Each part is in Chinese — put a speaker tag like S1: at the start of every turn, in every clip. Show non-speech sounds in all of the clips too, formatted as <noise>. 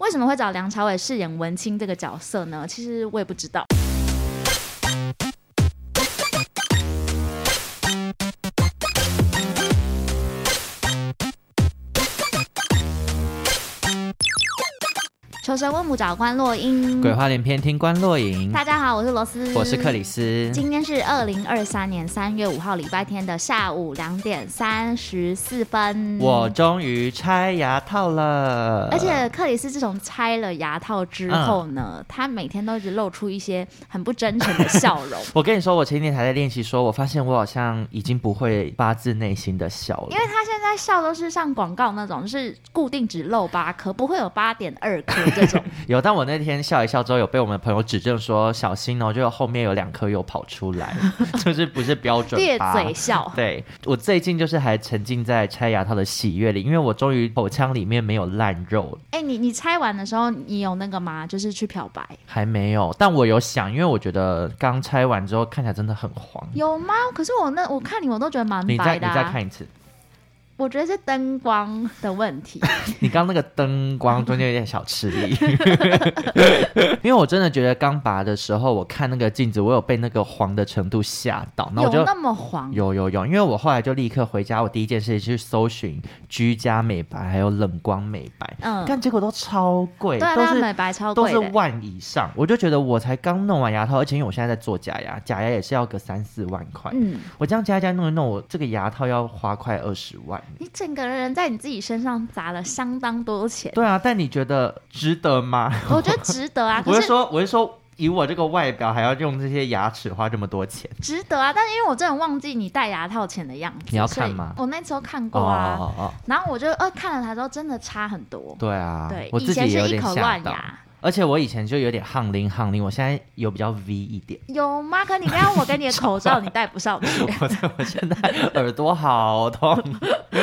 S1: 为什么会找梁朝伟饰演文清这个角色呢？其实我也不知道。求神问卜找关洛英，
S2: 鬼话连篇，听官落影。
S1: 大家好，我是罗斯，
S2: 我是克里。斯。
S1: 嗯今天是二零二三年三月五号礼拜天的下午两点三十四分。
S2: 我终于拆牙套了，
S1: 而且克里斯自从拆了牙套之
S2: 嗯，
S1: 后呢，他每天都一直露出一些很不真诚的笑容 <laughs>
S2: 我跟你说，我前几天还在练习说，我发现我好像已经不会发自内心的笑了
S1: 因为。他现在笑都是像广告那种，就是固定只露八颗，不会有八点二颗这
S2: <laughs>
S1: 种。
S2: 有，但我那天笑一笑之后，有被我们朋友指正说小心哦，就后面有两颗又跑出
S1: <laughs>
S2: 来，就是不是标准
S1: 咧
S2: 吧
S1: 嘴笑
S2: 对我最近就是还沉浸在拆牙套的喜悦里，因为我终于口腔里面没有烂肉，
S1: 哎、你你拆完的时候，你有那个吗？就是去漂白
S2: 还没有，但我有想，因为我觉得刚拆完之后看起来真的很黄。
S1: 有吗？可是我那我看你我都觉得蛮
S2: 你再
S1: 白
S2: 你
S1: 的、啊。
S2: 再看一次，
S1: 我觉得是灯光的问题。
S2: 你刚那个灯光中间有点小
S1: <laughs>
S2: 吃力，因为我真的觉得刚拔的时候，我看那个镜子，我有被那个黄的程度吓到，那我
S1: 有
S2: 就
S1: 那么黄？
S2: 有有有，因为我后来就立刻回家，我第一件事情去搜寻居家美白还有冷光美白，
S1: 嗯，
S2: 但结果都超贵，
S1: 对啊，
S2: 都
S1: 那
S2: 是
S1: 美白超
S2: 都
S1: 贵
S2: 是
S1: 的。
S2: 万以上，我就觉得我才刚弄完牙套，而且因为我现在在做假牙，假牙也是要个三四万块，
S1: 嗯，
S2: 我这样加一加弄一弄，我这个牙套要花快二十万。
S1: 你整个人在你自己身上砸了相当多钱，
S2: 对啊，但你觉得值得吗？
S1: <laughs> 我觉得值得
S2: <laughs>
S1: 啊。
S2: 我
S1: 可
S2: 是
S1: 是
S2: 说，我是说，以我这个外表，还要用这些牙齿花这么
S1: <laughs>
S2: 多钱？
S1: 值得啊，但是因为我真的忘记你戴牙套前的样子。
S2: 你要看吗
S1: 所以我那时候看过啊，
S2: 哦哦，
S1: 然后我就呃看了他之后，真的差很多。
S2: 对啊，
S1: 对，
S2: 我
S1: 以
S2: 自
S1: 前
S2: 己也有
S1: 是一
S2: 点
S1: 口
S2: 吓
S1: 乱
S2: 到。
S1: 牙，
S2: 而且我以前就有点夯铃夯铃，我现在有比较 V 一点， <laughs>
S1: 有吗？可你刚刚我给你的口罩你戴不上去，
S2: 我我现在耳朵好痛。 <laughs>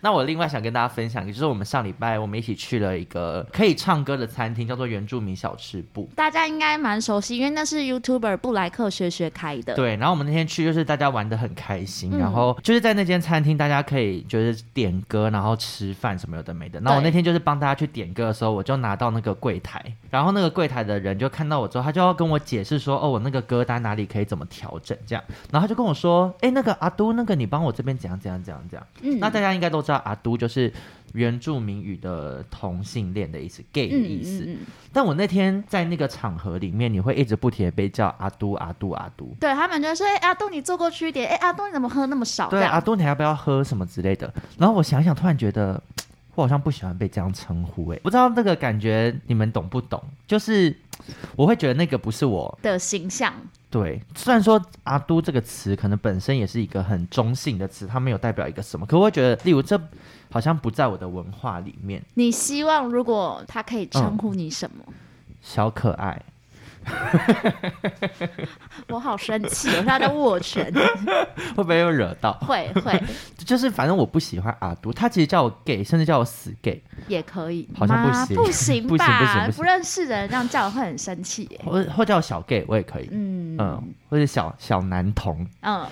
S2: 那我另外想跟大家分享，也就是我们上礼拜我们一起去了一个可以唱歌的餐厅，叫做原住民小吃部。
S1: 大家应该蛮熟悉，因为那是 YouTuber 布莱克学学开的。嗯
S2: 对，然后我们那天去就是大家玩的很开心，然后就是在那间餐厅，大家可以就是点歌，然后吃饭什么有的没的。那我
S1: 对
S2: 那天就是帮大家去点歌的时候，我就拿到那个柜台，然后那个柜台的人就看到我之后，他就要跟我解释说，哦，我那个歌单哪里可以怎么调整这样，然后他就跟我说，哎，那个阿都，那个你帮我这边怎样怎样怎样怎样。
S1: 嗯
S2: 那大家应该都知道阿都就是原住民语的同性恋的意思，gay 的意思。
S1: 嗯嗯嗯，
S2: 但我那天在那个场合里面，你会一直不停的被叫阿都阿都阿都。
S1: 对他们就说：“哎、阿东，你坐过去一点。哎、阿东，你怎么喝那么少？”
S2: 对啊
S1: 这样
S2: 阿多，你还要不要喝什么之类的？然后我想一想，突然觉得我好像不喜欢被这样称呼、欸，哎，不知道那个感觉你们懂不懂？就是我会觉得那个不是我。
S1: 的形象，
S2: 对，虽然说“阿都”这个词可能本身也是一个很中性的词，它没有代表一个什么，可我会觉得，例如这好像不在我的文化里面。
S1: 你希望如果他可以称呼你什么？
S2: 嗯小可爱，
S1: 我好生气，我现在在握
S2: <laughs>
S1: 拳，
S2: 会不会又惹到？
S1: 会会
S2: 就是反正我不喜欢阿都，他其实叫我 gay，甚至叫我死 gay。
S1: 也可以，
S2: 好像不
S1: 妈
S2: 行
S1: 不行
S2: 不行
S1: 吧？
S2: 不行不行
S1: 认识的人这样叫我会很生气耶。
S2: 或或叫我小 gay 我也可以，
S1: 嗯
S2: 嗯，或者小小男童，
S1: 嗯，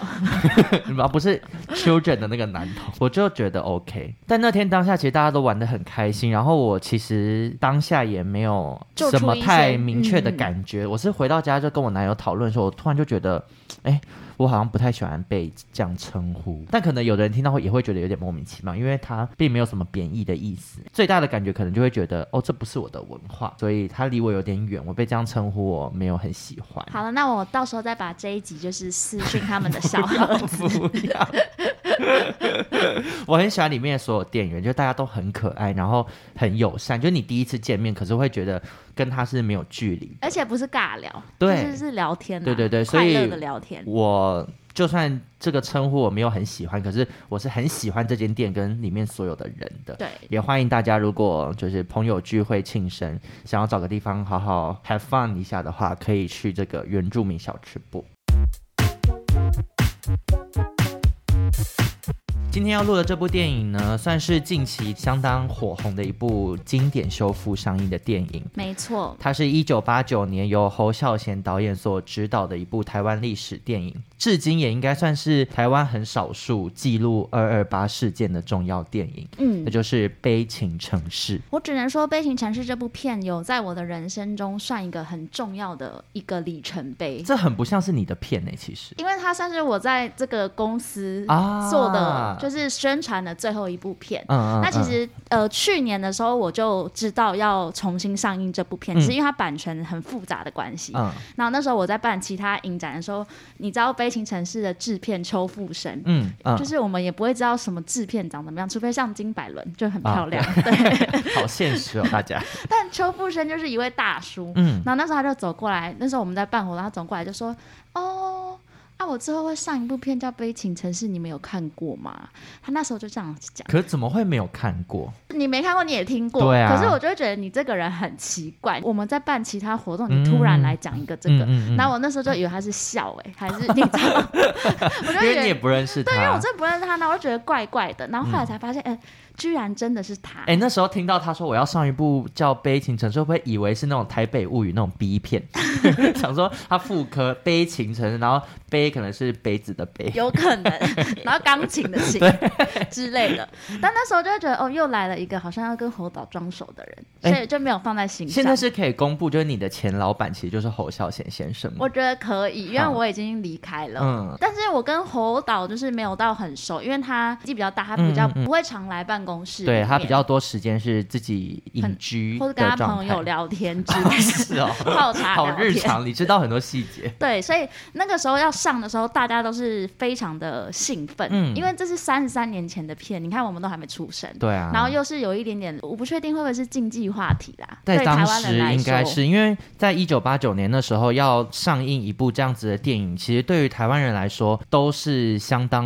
S2: <laughs> 啊，不是 children 的那个男童，我就觉得 OK。但那天当下，其实大家都玩的很开心，然后我其实当下也没有
S1: 做
S2: 什
S1: 出
S2: 么
S1: 一些
S2: 太明确的
S1: 嗯嗯
S2: 感觉。我是回到家就跟我男友讨论的时候，我突然就觉得，哎、我好像不太喜欢被这样称呼。但可能有的人听到会也会觉得有点莫名其妙，因为他并没有什么贬义的意思。最大的感觉可能就会觉得，哦，这不是我的文化，所以他离我有点远，我被这样称呼，我没有很喜欢。
S1: 好了，那我到时候再把这一集就是私讯他们的小盒子。
S2: 不要。 <laughs> 我很喜欢里面的所有店员，就大家都很可爱，然后很友善。就你第一次见面，可是会觉得跟他是没有距离。
S1: 而且不是尬聊，
S2: 对
S1: 就是是聊天、啊，
S2: 对对对所
S1: 快
S2: 以
S1: 乐的聊天。
S2: 我就算这个称呼我没有很喜欢，可是我是很喜欢这间店跟里面所有的人的。
S1: 对，
S2: 也欢迎大家，如果就是朋友聚会庆生，想要找个地方好好 have fun 一下的话，可以去这个原住民小吃部。今天要录的这部电影呢，算是近期相当火红的一部经典修复上映的电影。
S1: 没错，
S2: 它是一九八九年由侯孝贤导演所执导的一部台湾历史电影，至今也应该算是台湾很少数记录二二八事件的重要电影，
S1: 嗯
S2: 那，就是《悲情城市》。
S1: 我只能说《悲情城市》这部片有在我的人生中算一个很重要的一个里程碑，
S2: 这很不像是你的片呢、其实
S1: 因为它算是我在这个公司
S2: 啊
S1: 做的，就是宣传的最后一部片。
S2: 嗯嗯，
S1: 那其
S2: 嗯
S1: 实呃，去年的时候我就知道要重新上映这部片，
S2: 嗯
S1: 只是因为它版权很复杂的关系。
S2: 嗯
S1: 然后那时候我在办其他影展的时候，你知道《悲情城市》的制片邱富生。
S2: 嗯嗯，
S1: 就是我们也不会知道什么制片长怎么样，除非像金百伦就很漂
S2: <laughs>
S1: 亮。对，
S2: 好现实 <laughs> 哦，大家。
S1: 但邱富生就是一位大叔，
S2: 嗯
S1: 然后那时候他就走过来，那时候我们在办活动，他走过来就说：“哦，啊，我之后会上一部片叫《悲情城市》，你们有看过吗？”他那时候就这样子讲，
S2: 可是怎么会没有看过？
S1: 你没看过你也听过，
S2: 对啊
S1: 可是我就会觉得你这个人很奇怪。我们在办其他活动，
S2: 嗯
S1: 你突然来讲一个这个，
S2: 嗯嗯嗯
S1: 然后我那时候就以为他是笑哎、还是你知道， <laughs> 我就
S2: 因
S1: 以
S2: 为你
S1: 为。
S2: 也不认识他。
S1: 对，因为我真的不认识他，然后我就觉得怪怪的，然后后来才发现，哎、居然真的是他。
S2: 哎、那时候听到他说我要上一部叫《悲情城市》，会不会以为是那种《台北物语》那种 B 片？ <laughs> 想说他复刻《悲情城市》，然后“悲”可能是杯子的“杯
S1: 有可能， <laughs> 然后钢琴的
S2: <laughs>
S1: 琴之类的，但那时候就会觉得哦，又来了一个好像要跟侯导装熟的人，
S2: 哎
S1: 所以就没有放在”。心
S2: 现
S1: 上。
S2: 在是可以公布，就是你的前老板其实就是侯孝贤先生嘛。
S1: 我觉得可以，因为
S2: 好
S1: 我已经离开了。
S2: 嗯
S1: 但是我跟侯导就是没有到很熟，因为他年纪比较大，他比较
S2: 嗯嗯嗯
S1: 不会常来办公室里面，
S2: 对他比较多时间是自己隐居
S1: 或者
S2: 的
S1: 跟他
S2: 状态，
S1: 朋友
S2: <laughs>
S1: 聊天之类的，
S2: 是哦，
S1: <laughs> 泡茶
S2: 好
S1: 聊
S2: 日
S1: 天。
S2: 常，你知道很多细节。
S1: 对，所以那个时候要上的时候，大家都是非常的兴奋，
S2: 嗯
S1: 因为这是三十三年前的片，你看我们都还没出生，
S2: 对啊，
S1: 然后又是有一点点，我不确定会不会是禁忌话题啦，
S2: 在
S1: 对台
S2: 当
S1: 湾
S2: 时
S1: 人来
S2: 应该
S1: 说。
S2: 是因为在一九八九年的时候要上映一部这样子的电影，其实对于台湾人来说都是相当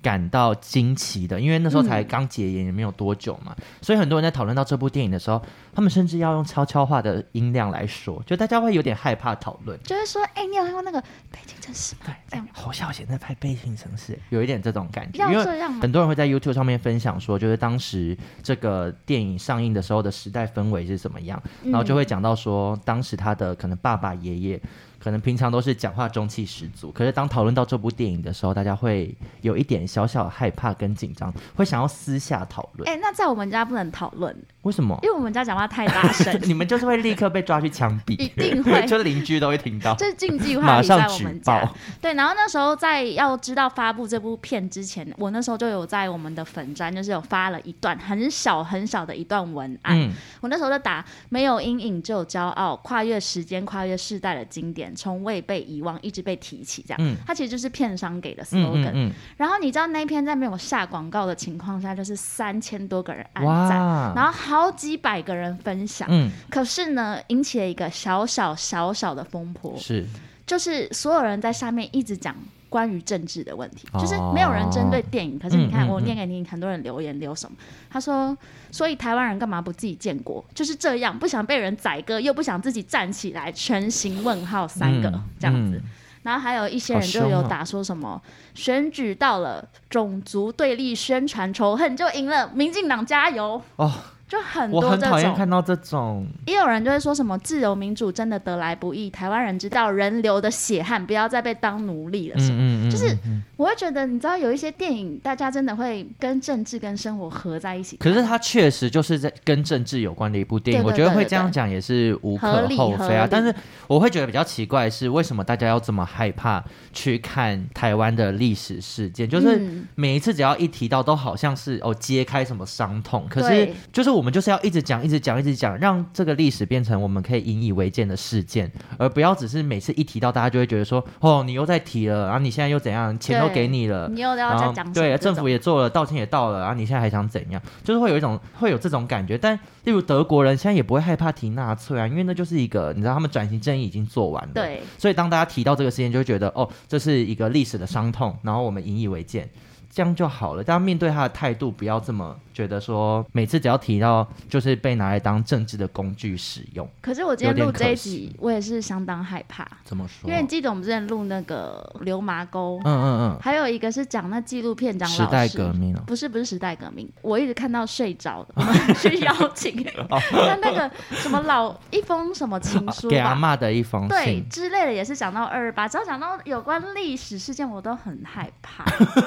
S2: 感到惊奇的，因为
S1: 嗯
S2: 那时候才刚解严也没有多久嘛，所以很多人在讨论到这部电影的时候，他们甚至要用悄悄话的音量来说，就大家会有点害怕讨论。哎
S1: 就是说，哎、你有看过那个《北京真实》吗？这样
S2: 侯孝贤在拍《悲情城市》，有一点这种感觉，
S1: 要
S2: 因为
S1: 这样吗？
S2: 很多人会在 YouTube 上面分享说，就是当时这个电影上映的时候的时代氛围是怎么样，
S1: 嗯
S2: 然后就会讲到说，当时他的可能爸爸、爷爷，可能平常都是讲话中气十足，可是当讨论到这部电影的时候，大家会有一点小小害怕跟紧张，会想要私下讨论，
S1: 哎、那在我们家不能讨论，
S2: 为什么？，
S1: 因为我们家讲话太大声
S2: <laughs> 你们就是会立刻被抓去枪毙，
S1: 一定会
S2: <laughs> 就邻居都会听到，
S1: 这是禁忌话
S2: 马
S1: 题在
S2: 上
S1: 我
S2: 举
S1: 们家
S2: 报。。
S1: 对，然后那时候在要知道发布这部片之前，我那时候就有在我们的粉专，就是有发了一段很小很小的一段文案，
S2: 嗯，
S1: 我那时候就打“没有阴影就有骄傲，跨越时间、跨越世代的经典，从未被遗忘，一直被提起”这样。
S2: 嗯
S1: 它其实就是片商给的
S2: 嗯
S1: slogan、
S2: 嗯嗯
S1: 然后你知道那一篇在没有下广告的情况下，就是三千多个人按赞，然
S2: 哇，
S1: 后好几百个人分享。
S2: 嗯，
S1: 可是呢，引起了一个小小小小的风波，
S2: 是，
S1: 就是所有人在下面一直讲。关于政治的问题，
S2: 哦
S1: 就是没有人针对电影。可是你看，
S2: 嗯嗯
S1: 我念给你，很多人留言留什么？他说：“所以台湾人干嘛不自己建国？就是这样，不想被人宰割，又不想自己站起来。”全形问号三个、
S2: 嗯
S1: 这样子。
S2: 嗯
S1: 然后还有一些人就
S2: 好凶
S1: 有
S2: 哦
S1: 打说什么、选举到了，种族对立宣传仇恨就赢了，民进党加油，
S2: 哦，
S1: 就很
S2: 我
S1: 多
S2: 很
S1: 这
S2: 讨厌
S1: 种。
S2: 看到这种。
S1: 也有人就会说什么自由民主真的得来不易，台湾人知道人流的血汗，不要再被当奴隶了什么。
S2: 嗯嗯嗯，
S1: 就是
S2: 嗯嗯
S1: 我会觉得，你知道有一些电影，大家真的会跟政治跟生活合在一起看，
S2: 可是它确实就是在跟政治有关的一部电影，
S1: 对对
S2: 我觉得
S1: 对
S2: 会
S1: 对
S2: 这样讲也是无可厚
S1: 合
S2: 非
S1: 理合
S2: 啊
S1: 理。
S2: 但是我会觉得比较奇怪的是，为什么大家要这么害怕去看台湾的历史事件？就是
S1: 嗯
S2: 每一次只要一提到，都好像是哦揭开什么伤痛，可是
S1: 对
S2: 就是我们就是要一直讲、一直讲、一直讲，让这个历史变成我们可以引以为鉴的事件，而不要只是每次一提到，大家就会觉得说哦你又在提了，然后你现在又怎样，钱
S1: 对
S2: 都给你了，
S1: 你又要
S2: 然
S1: 再
S2: 后
S1: 讲什么
S2: 哦对，
S1: 这
S2: 政
S1: 种
S2: 府也做了，道歉也到了，然后你现在还想怎样？就是会有一种会有这种感觉。但例如德国人现在也不会害怕提纳粹啊，因为那就是一个你知道他们转型正义已经做完了。。
S1: 对
S2: 所以当大家提到这个事件，就会觉得哦，这是一个历史的伤痛，然后我们引以为鉴。这样就好了。大家面对他的态度，不要这么觉得说，每次只要提到就是被拿来当政治的工具使用。
S1: 可是我今天
S2: 有点
S1: 录这一
S2: 可惜
S1: 集，我也是相当害怕，
S2: 怎么说
S1: 因为你记得我们之前录那个刘麻沟，
S2: 嗯嗯
S1: 还有一个是讲那纪录片
S2: 嗯，
S1: 长
S2: 时
S1: 老
S2: 代
S1: 师
S2: 革。命了。
S1: 不是不是时代革命，我一直看到睡着
S2: <laughs>
S1: 的，我们去邀请
S2: 哦
S1: 他那个什么老一封什么情书
S2: <laughs> 给阿
S1: 吧，
S2: 嬷的一封
S1: 对
S2: 信，
S1: 之类的也是讲到二二八，只要讲到有关历史事件，我都很害怕。
S2: <laughs>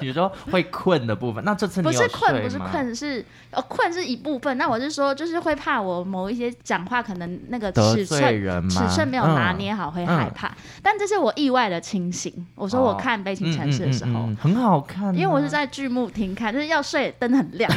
S2: 你说会困的部分，那这次你
S1: 不
S2: 有
S1: 是困，
S2: 睡
S1: 不是
S2: 吗，
S1: 困，是呃困是一部分。那我是说，就是会怕我某一些讲话可能那个
S2: 得
S1: 尺
S2: 罪
S1: 寸
S2: 人吗？
S1: 尺寸没有拿
S2: 嗯。
S1: 捏好，会
S2: 嗯哦
S1: 害怕。但这是我意外的清醒。我说我看《悲情城市》的时候。
S2: 嗯嗯嗯嗯很好看啊、
S1: 因为我是在剧目厅看，就是要睡，灯很亮。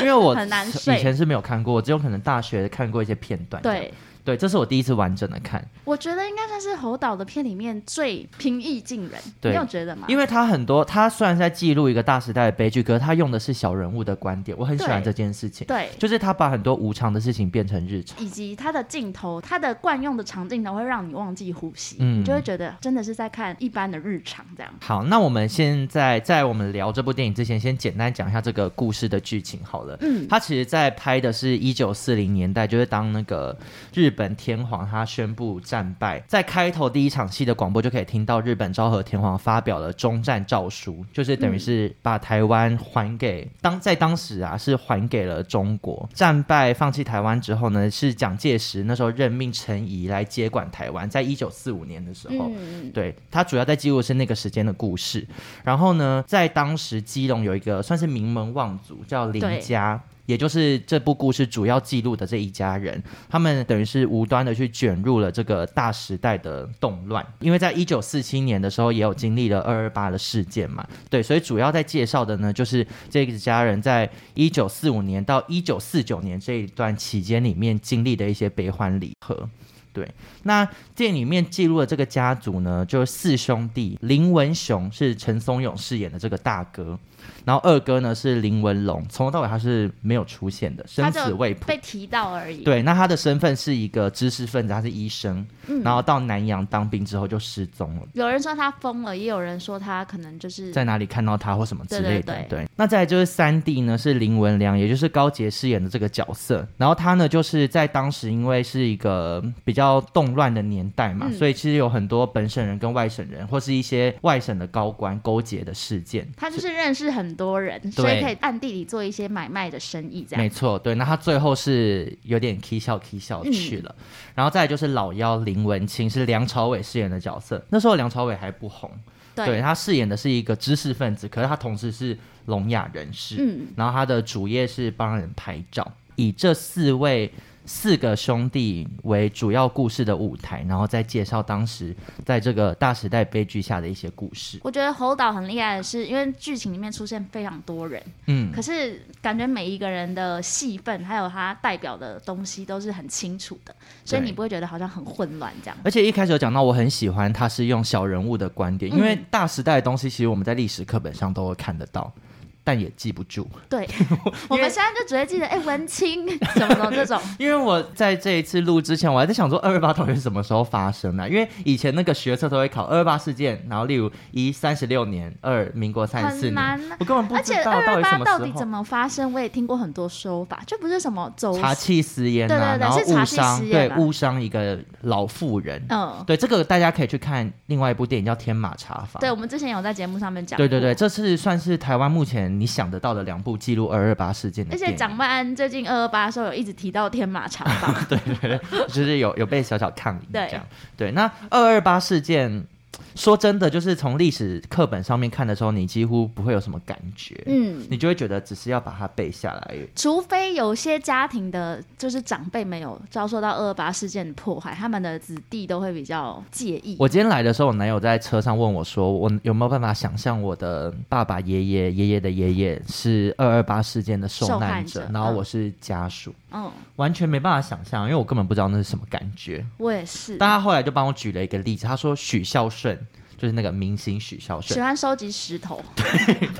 S2: 因为我
S1: 很难
S2: 以
S1: 睡
S2: 前是没有看过，我只有可能大学看过一些片段。
S1: 对，
S2: <laughs> 对，这是我第一次完整的看，
S1: 我觉得应该算是侯导的片里面最平易近人，
S2: 对
S1: 你有觉得吗？
S2: 因为他很多，他虽然在记录一个大时代的悲剧，可是他用的是小人物的观点，我很喜欢
S1: 对
S2: 这件事情，
S1: 对，
S2: 就是他把很多无常的事情变成日常。
S1: 以及他的镜头，他的惯用的长镜头会让你忘记呼吸，
S2: 嗯
S1: 你就会觉得真的是在看一般的日常这样。
S2: 好，那我们现在在我们聊这部电影之前，先简单讲一下这个故事的剧情好了。嗯，它其实在拍的是一九四零年代，就是当那个日本天皇他宣布战败，在开头第一场戏的广播就可以听到日本昭和天皇发表了终战诏书，就是等于是把台湾还给当在当时啊是还给了中国。战败放弃台湾之后呢，是蒋介石那时候任命陈仪来接管台湾，在一九四五年的时候。
S1: 嗯，
S2: 对，它主要在记录的是那个时间的故事。然后呢，在当时基隆有一个算是名门望族，叫林
S1: 对
S2: 家。也就是这部故事主要记录的这一家人，他们等于是无端的去卷入了这个大时代的动乱，因为在一九四七年的时候也有经历了二二八的事件嘛，对，所以主要在介绍的呢，就是这个家人在一九四五年到一九四九年这一段期间里面经历的一些悲欢离合。对，那电影里面记录的这个家族呢，就是四兄弟，林文雄是陈松勇饰演的这个大哥，然后二哥呢是林文龙，从头到尾他是没有出现的，生
S1: 他
S2: 死
S1: 就
S2: 未卜。
S1: 被提到而已。
S2: 对，那他的身份是一个知识分子，他是医生，
S1: 嗯
S2: 然后到南洋当兵之后就失踪了。
S1: 有人说他疯了，也有人说他可能就是
S2: 在哪里看到他或什么之类的。
S1: 对对
S2: 那再来就是三弟呢，是林文良，也就是高杰饰演的这个角色。然后他呢，就是在当时因为是一个比较动乱的年代
S1: 嗯
S2: 嘛，所以其实有很多本省人跟外省人，或是一些外省的高官勾结的事件。
S1: 他就是认识很多人，所以可以暗地里做一些买卖的生意这样。
S2: 没错，对，那他最后是有点 k 笑 k 笑
S1: 嗯
S2: 去了，然后再来就是老妖林文清是梁朝伟饰演的角色，那时候梁朝伟还不红，
S1: 对
S2: 他饰演的是一个知识分子，可是他同时是聋哑人士，
S1: 嗯
S2: 然后他的主业是帮人拍照，以这四位四个兄弟为主要故事的舞台，然后再介绍当时在这个大时代悲剧下的一些故事。
S1: 我觉得侯导很厉害的是，因为剧情里面出现非常多人，
S2: 嗯，
S1: 可是感觉每一个人的戏份还有他代表的东西都是很清楚的，所以
S2: 对
S1: 你不会觉得好像很混乱这样。
S2: 而且一开始有讲到，我很喜欢他是用小人物的观点，因为
S1: 嗯
S2: 大时代的东西，其实我们在历史课本上都会看得到，但也记不住。 <laughs>
S1: 对，我们现在就只会记得哎、文青什么什么这种，
S2: 因为我在这一次录之前，我还在想说二二八到底是什么时候发生啊的、因为以前那个学测都会考二二八事件，然后例如一三十六年，二民国三十四
S1: 很难啊
S2: 年，我根本 <laughs> 不
S1: 而
S2: 知
S1: 且
S2: 道
S1: 二
S2: 到
S1: 二
S2: 底什
S1: 八
S2: 么
S1: 到
S2: 时
S1: 底
S2: 候啊
S1: 怎。么发生，我也听过很多说法，就不是什么走
S2: 茶气私烟
S1: 对
S2: 啊，
S1: 对对
S2: 然后
S1: 是茶
S2: 误
S1: 气啊
S2: 伤
S1: 私，烟
S2: 对
S1: 吧
S2: 误伤一个老妇人。
S1: 嗯，
S2: 对，这个大家可以去看另外一部电影叫《天马茶坊》。
S1: 对，我们之前有在节目上面讲，
S2: 对对对，。这是算是台湾目前你想得到的两部记录二二八事件的
S1: 而
S2: 电
S1: 且
S2: 影，
S1: 蒋万安最近二二八的时候有一直提到天马茶
S2: <laughs>
S1: 坊， <laughs>
S2: 就是有有被小小抗议
S1: 对
S2: 这样。对，那二二八事件，说真的，就是从历史课本上面看的时候，你几乎不会有什么感觉，
S1: 嗯，
S2: 你就会觉得只是要把它背下来。
S1: 除非有些家庭的，就是长辈没有遭受到二二八事件的迫害，他们的子弟都会比较介意。
S2: 我今天来的时候，我男友在车上问我说，我有没有办法想象我的爸爸、爷爷、爷爷的爷爷是二二八事件的受
S1: 受
S2: 难
S1: 害
S2: 者，
S1: 者
S2: 然后
S1: 嗯
S2: 我是家属，
S1: 嗯，
S2: 完全没办法想象，因为我根本不知道那是什么感觉。
S1: 我也是。
S2: 但他后来就帮我举了一个例子，他说许孝顺就是那个明星许孝顺
S1: 喜，欢收集石头，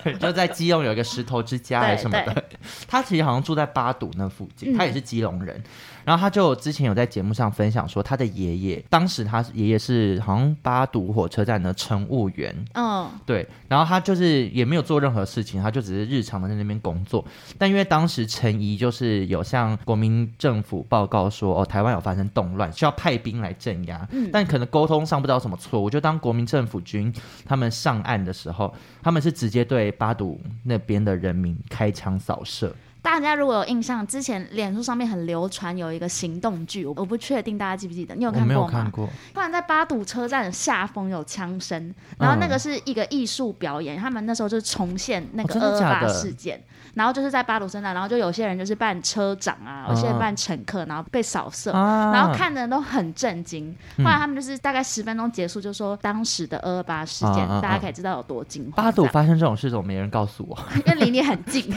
S2: 对，就在基隆有一个石头之家还是什么
S1: 对嗯
S2: 的， <laughs> 他其实好像住在八堵那附近，他也是基隆人。然后他就之前有在节目上分享说，他的爷爷当时他爷爷是好像八堵火车站的乘务员，
S1: 嗯，
S2: 对，然后他就是也没有做任何事情，他就只是日常的在那边工作。但因为当时陈仪就是有向国民政府报告说，哦，台湾有发生动乱，需要派兵来镇压。
S1: 嗯
S2: 但可能沟通上不知道什么错误，就当国民政府军他们上岸的时候，他们是直接对巴堵那边的人民开枪扫射。
S1: 大家如果有印象，之前脸书上面很流传有一个行动剧，我我不确定大家记不记得，你有
S2: 我
S1: 看
S2: 没有
S1: 过
S2: 看
S1: 吗？
S2: 过，
S1: 突然在八堵车站下风有枪声，然后那个是一个艺术表演，他们那时候就是重现那
S2: 嗯哦
S1: 个
S2: 真的
S1: 二
S2: 假
S1: 二
S2: 的
S1: 八事件，然后就是在八堵车站，然后就有些人就是扮车长啊，有些人扮乘客，然后被扫射，
S2: 啊嗯
S1: 然后看的人都很震惊。后来他们就是大概十分钟结束，就说当时的二二八事件
S2: 啊啊啊，
S1: 大家可以知道有多惊
S2: 巴
S1: 慌这
S2: 堵
S1: 样，
S2: 发生这种事，怎么没人告诉我？
S1: 因为离你很近，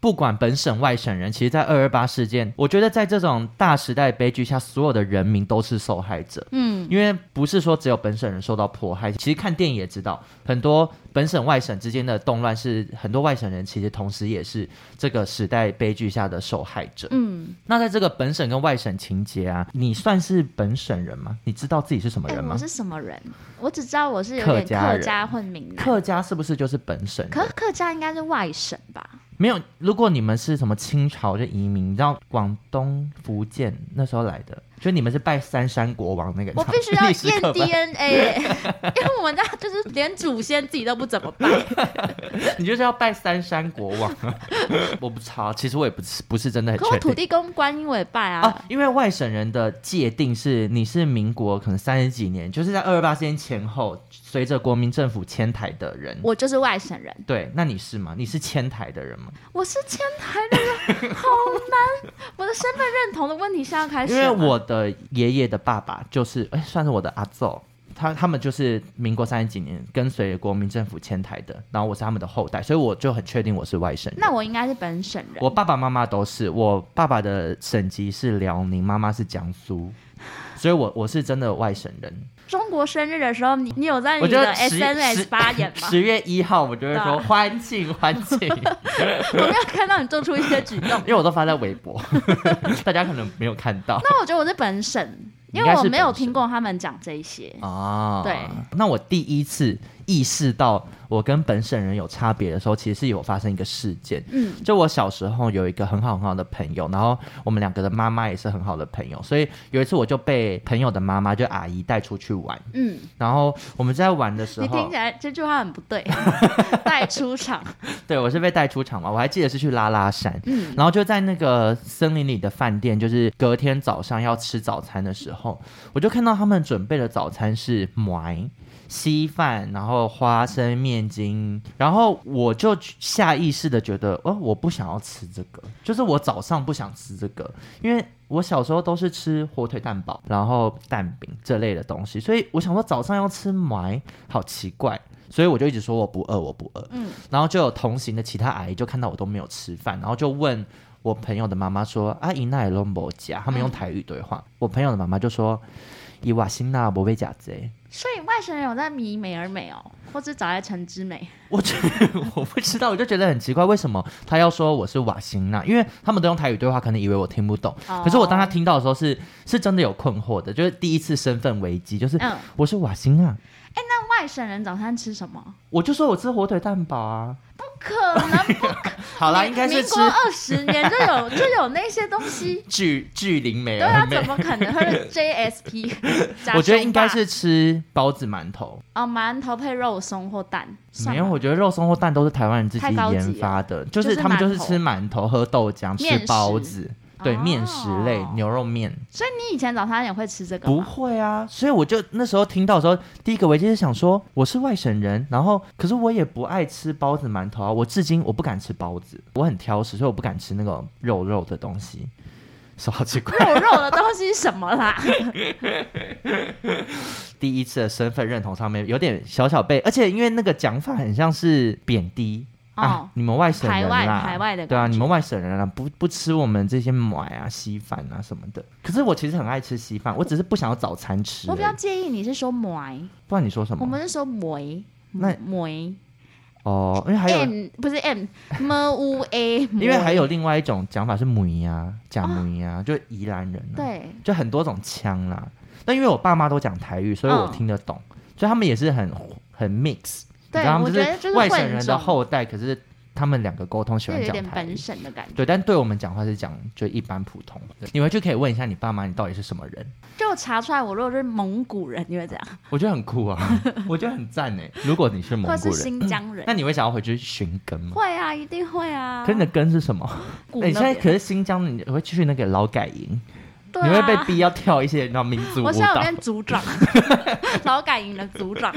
S2: 不管本省外省人，其实，在二二八事件，我觉得在这种大时代悲剧下，所有的人民都是受害者。嗯，因为不是说只有本省人受到迫害，其实看电影也知道，很多本省外省之间的动乱是很多外省人其实同时也是这个时代悲剧下的受害者。
S1: 嗯，
S2: 那在这个本省跟外省情节啊，你算是本省人吗？你知道自己是什么
S1: 哎
S2: 人吗
S1: 我？是什么人？我只知道我是有
S2: 客
S1: 点
S2: 家
S1: 客
S2: 人
S1: 家混闽南，
S2: 客家是不是就是本省人？
S1: 可客家应该是外省吧？
S2: 没有，如果你们是什么清朝就移民，你知道广东、福建那时候来的，就你们是拜三山国王那个，
S1: 我必须要
S2: 历史
S1: 验
S2: 课本
S1: DNA，因 <laughs> 为我们家就是连祖先自己都不怎么拜。
S2: 你就是要拜三山国王。 <laughs> 我不查，其实我也不是不是真的很
S1: 可我
S2: 哎确
S1: 土
S2: 定。
S1: 地公、观音我也拜
S2: 啊
S1: 啊，，
S2: 因为外省人的界定是你是民国可能三十几年，就是在二二八事件前后，随着国民政府迁台的人。
S1: 我就是外省人，
S2: 对，那你是吗？你是迁台的人吗？
S1: 我是迁台的人，好难。我 <laughs> 的身份认同的问题现在开始
S2: 因
S1: 了吗，
S2: 为我的爷爷的爸爸就是，哎、算是我的阿奏，他他们就是民国三十几年跟随国民政府迁台的，然后我是他们的后代，所以我就很确定我是外省人。
S1: 那我应该是本省人。
S2: 我爸爸妈妈都是，我爸爸的省级是辽宁，妈妈是江苏，所以我我是真的外省人。
S1: <laughs> 中国生日的时候，你你有在
S2: 我
S1: 你
S2: 觉
S1: 的
S2: 得十
S1: SNS 发言吗？
S2: 十月一号我就
S1: <laughs>
S2: 会
S1: 对
S2: 说
S1: 啊
S2: 欢庆欢庆， <laughs>
S1: 我没有看到你做出一些举动
S2: 因。为我都发在微博， <laughs> 大家可能没有看到。
S1: 那我觉得我是本省，
S2: 你
S1: 因
S2: 应该
S1: 为
S2: 是
S1: 我没有
S2: 本省
S1: 听过他们讲这一些。
S2: 啊，
S1: 对。
S2: 那我第一次意识到我跟本省人有差别的时候，其实是有发生一个事件。
S1: 嗯，
S2: 就我小时候有一个很好很好的朋友，然后我们两个的妈妈也是很好的朋友，所以有一次我就被朋友的妈妈就阿姨带出去玩，
S1: 嗯，
S2: 然后我们在玩的时
S1: 你听
S2: 候
S1: 起，来这句话很不
S2: <laughs>
S1: 对，带出场。
S2: 对我是被带出场嘛，我还记得是去拉拉山，
S1: 嗯
S2: 然后就在那个森林里的饭店，就是隔天早上要吃早餐的时候，我就看到他们准备的早餐是糜稀饭，然后花生面筋，然后我就下意识的觉得，哦，我不想要吃这个，就是我早上不想吃这个，因为。我小时候都是吃火腿蛋堡，然后蛋饼这类的东西，所以我想说早上要吃糜，好奇怪，所以我就一直说我不饿，我不饿。然后就有同行的其他阿姨就看到我都没有吃饭，然后就问我朋友的妈妈说：“阿姨那也都没夹。”他们用台语对话。我朋友的妈妈就说：“伊瓦辛那不被夹欸贼。
S1: 所以外省人有在迷美而美哦，或是早在城之美。”
S2: 我就我不知道，我就觉得很奇怪，为什么他要说我是瓦辛娜？因为他们都用台语对话，可能以为我听不懂。
S1: 哦
S2: 可是我当他听到的时候是，是真的有困惑的，就是第一次身份危机，就是、
S1: 嗯
S2: 我是瓦辛娜，
S1: 那外省人早餐吃什
S2: <laughs>
S1: 么？
S2: 我就说我吃火腿蛋堡啊。
S1: 不可能，
S2: 好啦，应该是
S1: 民
S2: 吃。
S1: 国二十年就有就有那些东西
S2: 巨巨灵美
S1: 对啊
S2: 而，美
S1: 怎。么可能会是 JSP？加
S2: <laughs> 我觉得
S1: 熊
S2: 应该
S1: 霸
S2: 是吃包子馒头，
S1: 哦，馒头配肉松或蛋。算
S2: 没
S1: 了
S2: 有，我觉得肉松或蛋都是台湾人自己
S1: 太高级
S2: 研发的，
S1: 就
S2: 就
S1: 是是
S2: 他们就是
S1: 馒头
S2: 吃馒头、喝豆浆、
S1: 面
S2: 吃
S1: 食
S2: 包子，对，
S1: 哦
S2: 面食类、牛肉面。
S1: 所以你以前早餐也会吃这个
S2: 不
S1: 吗？
S2: 会啊，所以我就那时候听到的时候，第一个危机是想说我是外省人，然后可是我也不爱吃包子、馒头啊，我至今我不敢吃包子，我很挑食，所以我不敢吃那种肉肉的东西， <laughs> 是好奇怪。
S1: 肉肉的东西是什么啦？
S2: 第一次的身份认同上面有点小小被，而且因为那个讲法很像是贬低。 <laughs> 啊
S1: 哦，，
S2: 你们外省
S1: 海
S2: 人
S1: 外
S2: 啦，
S1: 海外的
S2: 对啊，
S1: 感
S2: 你
S1: 觉
S2: 们外省人啊，不不吃我们这些买啊、稀饭啊什么的。可是我其实很爱吃稀饭，我只是不想要早餐吃而
S1: 我
S2: 已。
S1: 比较介意你是说梅，
S2: 不然你说什么？
S1: 我们是说梅
S2: 那
S1: 梅
S2: 哦，因为还有，
S1: M 不是 M M U A，
S2: <laughs> 因为还有另外一种讲法是母姨啊、假母姨啊，就宜兰人、啊，，
S1: 对
S2: 就很多种腔啦。但因为我爸妈都讲台语，所以我
S1: 嗯
S2: 听得懂，所以他们也是很很 mix，你
S1: 对
S2: 知道，他
S1: 我
S2: 们
S1: 觉得就是
S2: 外
S1: 混
S2: 省人的
S1: 种
S2: 后代，可是他们两个沟通喜
S1: 就
S2: 欢
S1: 有
S2: 讲
S1: 点
S2: 台语
S1: 本。省的感觉。
S2: 对，但对我们讲话是讲就一般普通的。你回去可以问一下你爸妈，你到底是什么人？
S1: 就查出来，我如果是蒙古人，你会怎样？
S2: 我觉得很酷啊， <laughs> 我觉得很赞哎。如果你是蒙
S1: 或
S2: 古
S1: 者是
S2: 人，
S1: 新疆人
S2: 那？你会想要回去寻根吗？
S1: 会啊，一定会啊。
S2: 可是你的根是什么？
S1: 古
S2: 哎你
S1: 那
S2: 现在
S1: 边
S2: 可是新疆，你会去那个劳改营，
S1: 对
S2: 你会被
S1: 啊
S2: 逼要跳一些那民族舞
S1: 我现在有
S2: 蹈。
S1: 变组
S2: <laughs>
S1: 长，劳改营的组长。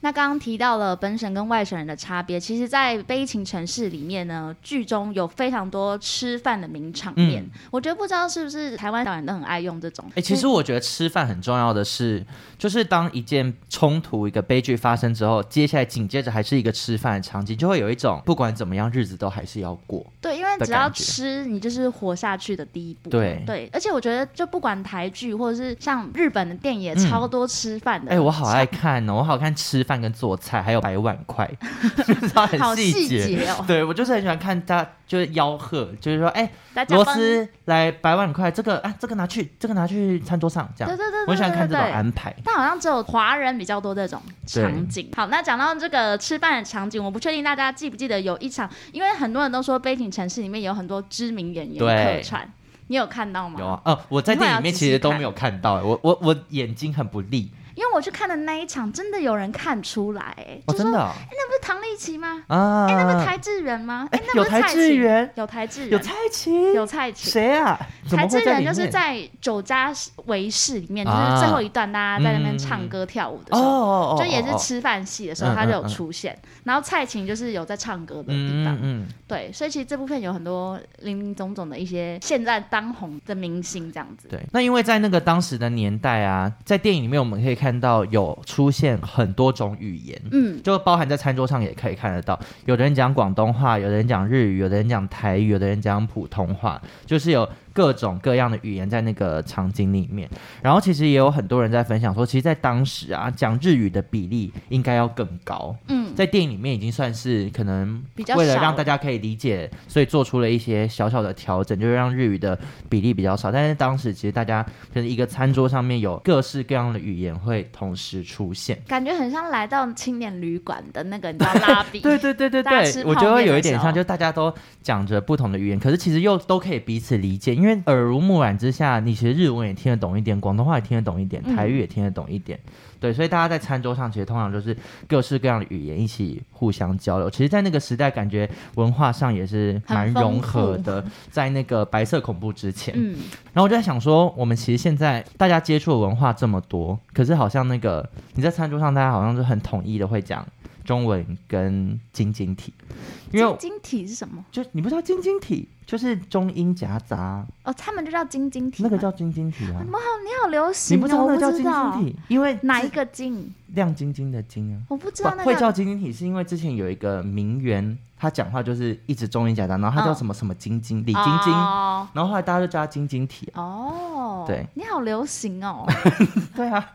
S1: 那刚刚提到了本省跟外省人的差别，其实，在悲情城市里面呢，剧中有非常多吃饭的名场面。
S2: 嗯
S1: 我觉得不知道是不是台湾导演都很爱用这种。嗯
S2: 哎、其实我觉得吃饭很重要的是，就是当一件冲突、一个悲剧发生之后，接下来紧接着还是一个吃饭的场景，就会有一种不管怎么样，日子都还是要过。
S1: 对，因为
S2: 的
S1: 只要
S2: 感觉
S1: 吃，你就是活下去的第一步。
S2: 对
S1: 对，而且我觉得，就不管台剧或者是像日本的电影，也
S2: 嗯
S1: 超多吃饭的。
S2: 哎、我好爱看哦，我好看吃饭跟做菜，还有摆碗筷， <laughs> 就是它
S1: 好
S2: 很
S1: 细
S2: 细节。
S1: 节哦，
S2: 对，我就是很喜欢看他就是吆喝，就是说，哎、
S1: 大家
S2: 螺
S1: 帮
S2: 丝来摆碗筷，这个啊，这个拿去，这个拿去餐桌上，这
S1: 对
S2: 样。
S1: 对对对，
S2: 我很喜欢看这
S1: 对
S2: 种
S1: 对
S2: 安排。
S1: 但好像只有华人比较多这种场景。好，那讲到这个吃饭的场景，我不确定大家记不记得有一场，因为很多人都说《悲情城市》里面有很多知名演员
S2: 对
S1: 客串，你有看到吗？
S2: 有啊，哦，我在
S1: 你会
S2: 电影
S1: 要
S2: 里面
S1: 仔
S2: 其
S1: 细
S2: 实都
S1: 看
S2: 没有看到，哎我我我眼睛很不利。
S1: 因为我去看的那一场，真的有人看出来、欸，
S2: 哦，
S1: 就说
S2: 真的哦
S1: 那不是唐丽琪吗？
S2: 啊！
S1: 哎、那不是台智远吗？哎、
S2: 哎
S1: 那不
S2: 有
S1: 是
S2: 台
S1: 蔡
S2: 智
S1: 琴
S2: 远
S1: 有台智
S2: 有
S1: 远，
S2: 蔡琴，
S1: 有蔡琴。
S2: 谁啊？怎
S1: 台
S2: 么
S1: 智
S2: 会在
S1: 远
S2: 里
S1: 就是
S2: 面？
S1: 在酒家维市里面，就
S2: 啊
S1: 是最后一段，大家在那边唱
S2: 嗯
S1: 歌跳舞的
S2: 哦
S1: 时候，
S2: 哦哦，
S1: 就也是
S2: 哦。
S1: 吃饭戏的时候，
S2: 嗯
S1: 他就有
S2: 嗯嗯
S1: 出现。然后蔡琴就是有在唱歌的地
S2: 嗯
S1: 方，
S2: 嗯嗯，
S1: 对，所以其实这部片有很多林林总总的一些现在当红的明星这样子。
S2: 对。那因为在那个当时的年代啊，在电影里面我们可以看到有出现很多种语言，
S1: 嗯，
S2: 就包含在餐桌上也可以看得到，有的人讲广东话，有的人讲日语，有的人讲台语，有的人讲普通话，就是有各种各样的语言在那个场景里面。然后其实也有很多人在分享说，其实，在当时啊，讲日语的比例应该要更高。
S1: 嗯，
S2: 在电影里面已经算是可能
S1: 比较
S2: 为了
S1: 少
S2: 让大家可以理解，所以做出了一些小小的调整，就是让日语的比例比较少。但是当时其实大家可能一个餐桌上面有各式各样的语言会同时出现。
S1: 感觉很像来到青年旅馆的那个你知道拉比，
S2: <laughs> 对对对对
S1: 大家吃
S2: 对，我
S1: 泡
S2: 觉得
S1: 面
S2: 有
S1: 的
S2: 一点
S1: 时
S2: 像，
S1: 候
S2: 就大家都讲着不同的语言，可是其实又都可以彼此理解，因为耳濡目染之下，你其实日文也听得懂一点，广东话也听得懂一点，
S1: 嗯
S2: 台语也听得懂一点。对，所以大家在餐桌上其实通常就是各式各样的语言一起互相交流。其实，在那个时代，感觉文化上也是
S1: 很
S2: 蛮
S1: 丰
S2: 融合
S1: 富
S2: 的，在那个白色恐怖之前。
S1: 嗯，
S2: 然后我就在想说，我们其实现在大家接触的文化这么多，可是好像那个你在餐桌上，大家好像就很统一的会讲中文跟晶晶体，因为
S1: 晶晶体是什么？
S2: 就你不知道晶晶体就是中英夹杂，
S1: 哦，他们就叫晶晶体吗，
S2: 那个叫晶晶体啊，
S1: 你好流
S2: 你
S1: 行
S2: 不知
S1: 哦，
S2: 道
S1: 我
S2: 那个叫
S1: 不
S2: 晶
S1: 知道
S2: 晶体，因为
S1: 哪一个晶，
S2: 亮晶晶的晶啊。
S1: 我不知
S2: 不
S1: 道那
S2: 会
S1: 个
S2: 叫晶晶体，是因为之前有一个名媛，她讲话就是一直中英夹杂，然后她叫
S1: 嗯
S2: 什么什么晶晶，李晶晶，
S1: 哦
S2: 然后后来大家就叫她晶晶体啊
S1: 哦，
S2: 对，
S1: 你好流行哦，
S2: 对啊，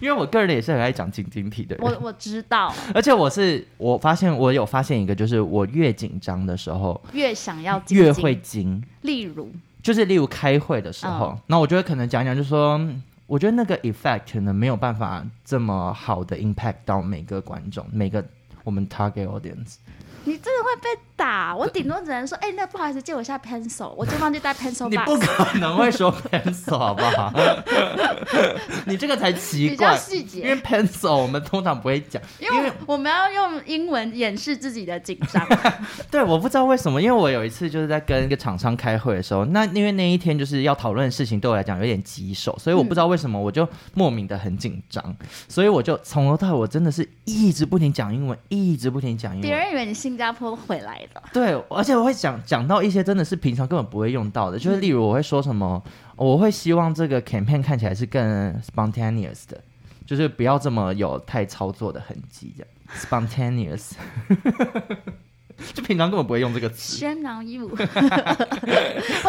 S2: 因为我个人也是很爱讲晶晶体的人。
S1: 我我知道，
S2: 而且我是我发现我有发现一个，就是我越紧张的时候
S1: 越想要晶
S2: 越
S1: 晶
S2: 会，惊，
S1: 例如。
S2: 就是例如开会的时
S1: 嗯
S2: 候，那、我觉得可能讲一讲就说。嗯我觉得那个 effect 可能没有办法这么好的 impact 到每个观众，每个我们 target audience。
S1: 你真的会被打，我顶多只能说，哎、那不好意思，借我一下 pencil，我就忘记带 pencil
S2: <laughs> 你不
S1: box，
S2: 可能会说 pencil 好不好？ <laughs> 你这个才奇
S1: 比较
S2: 怪，
S1: 细
S2: 因
S1: 节
S2: 为，pencil 我们通常不会讲，
S1: 因为我们要用英文掩饰自己的紧张。
S2: <laughs> 对，我不知道为什么，因为我有一次就是在跟一个厂商开会的时候，那因为那一天就是要讨论的事情对我来讲有点棘手，所以我不知道为什么我就莫名的很紧张，所以我就从头到尾我真的是一直不停讲英文，一直不停讲英
S1: 别
S2: 文。
S1: 人以为你新加坡回来的，
S2: 对，而且我会讲讲到一些真的是平常根本不会用到的，就是例如我会说什么，我会希望这个 campaign 看起来是更 spontaneous 的，就是不要这么有太操作的痕迹，这样 spontaneous，就平常根本不会用这个词。
S1: 轩囊
S2: <laughs>
S1: 义务，我可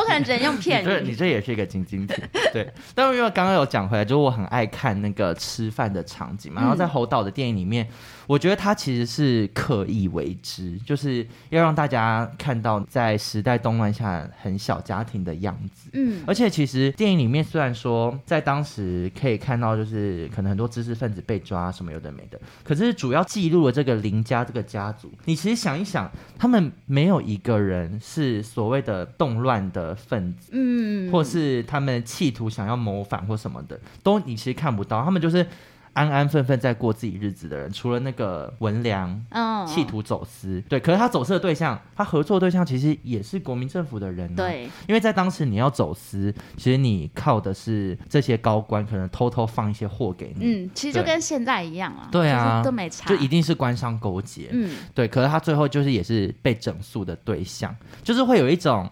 S1: 能只能用骗
S2: 你这你
S1: 你。
S2: 这也是一个晶晶体，对。但是因为刚刚有讲回来，就是我很爱看那个吃饭的场景嘛，然后在侯导的电影里面，我觉得他其实是刻意为之，就是要让大家看到在时代动乱下很小家庭的样子。
S1: 嗯，
S2: 而且其实电影里面虽然说在当时可以看到，就是可能很多知识分子被抓什么有的没的，可是主要记录了这个林家这个家族。你其实想一想，他们没有一个人是所谓的动乱的分子，
S1: 嗯，
S2: 或是他们企图想要谋反或什么的，都你其实看不到，他们就是安安分分在过自己日子的人，除了那个文良。
S1: 嗯
S2: 企图走私，对，可是他走私的对象，他合作的对象其实也是国民政府的人、啊，，
S1: 对，
S2: 因为在当时你要走私，其实你靠的是这些高官可能偷偷放一些货给你，
S1: 嗯，其实就
S2: 对
S1: 跟现在一样啊，
S2: 对啊
S1: 就是都没差，
S2: 就一定是官商勾结。
S1: 嗯，
S2: 对，可是他最后就是也是被整肃的对象，就是会有一种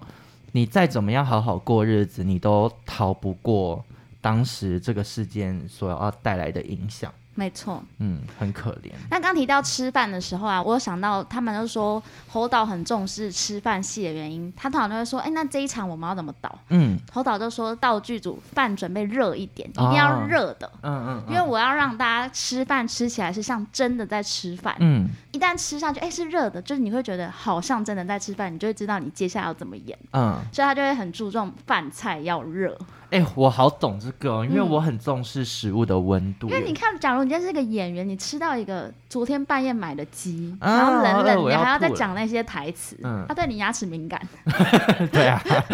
S2: 你再怎么样好好过日子，你都逃不过当时这个事件所要带来的影响。
S1: 没错。
S2: 嗯，很可怜。
S1: 那刚提到吃饭的时候啊，我有想到他们就说侯导很重视吃饭戏的原因，他通常都会说，哎、那这一场我们要怎么导？
S2: 嗯
S1: 侯导就说道具组饭准备热一点，一定要
S2: 哦
S1: 热的。
S2: 嗯嗯，
S1: 因为我要让大家吃饭吃起来是像真的在吃饭，
S2: 嗯
S1: 一旦吃上去，哎、是热的，就是你会觉得好像真的在吃饭，你就会知道你接下来要怎么演，
S2: 嗯，
S1: 所以他就会很注重饭菜要热。
S2: 哎、我好懂这个哦，因为我很重视食物的温度。
S1: 嗯因为你看，假如你今天是个演员，你吃到一个昨天半夜买的鸡，
S2: 啊
S1: 然后冷
S2: 饿
S1: 冷，
S2: 我
S1: 你
S2: 要
S1: 还要再
S2: 吐了
S1: 讲那些台词，
S2: 嗯
S1: 他对你牙齿敏感，
S2: <laughs> 对啊，
S1: <laughs>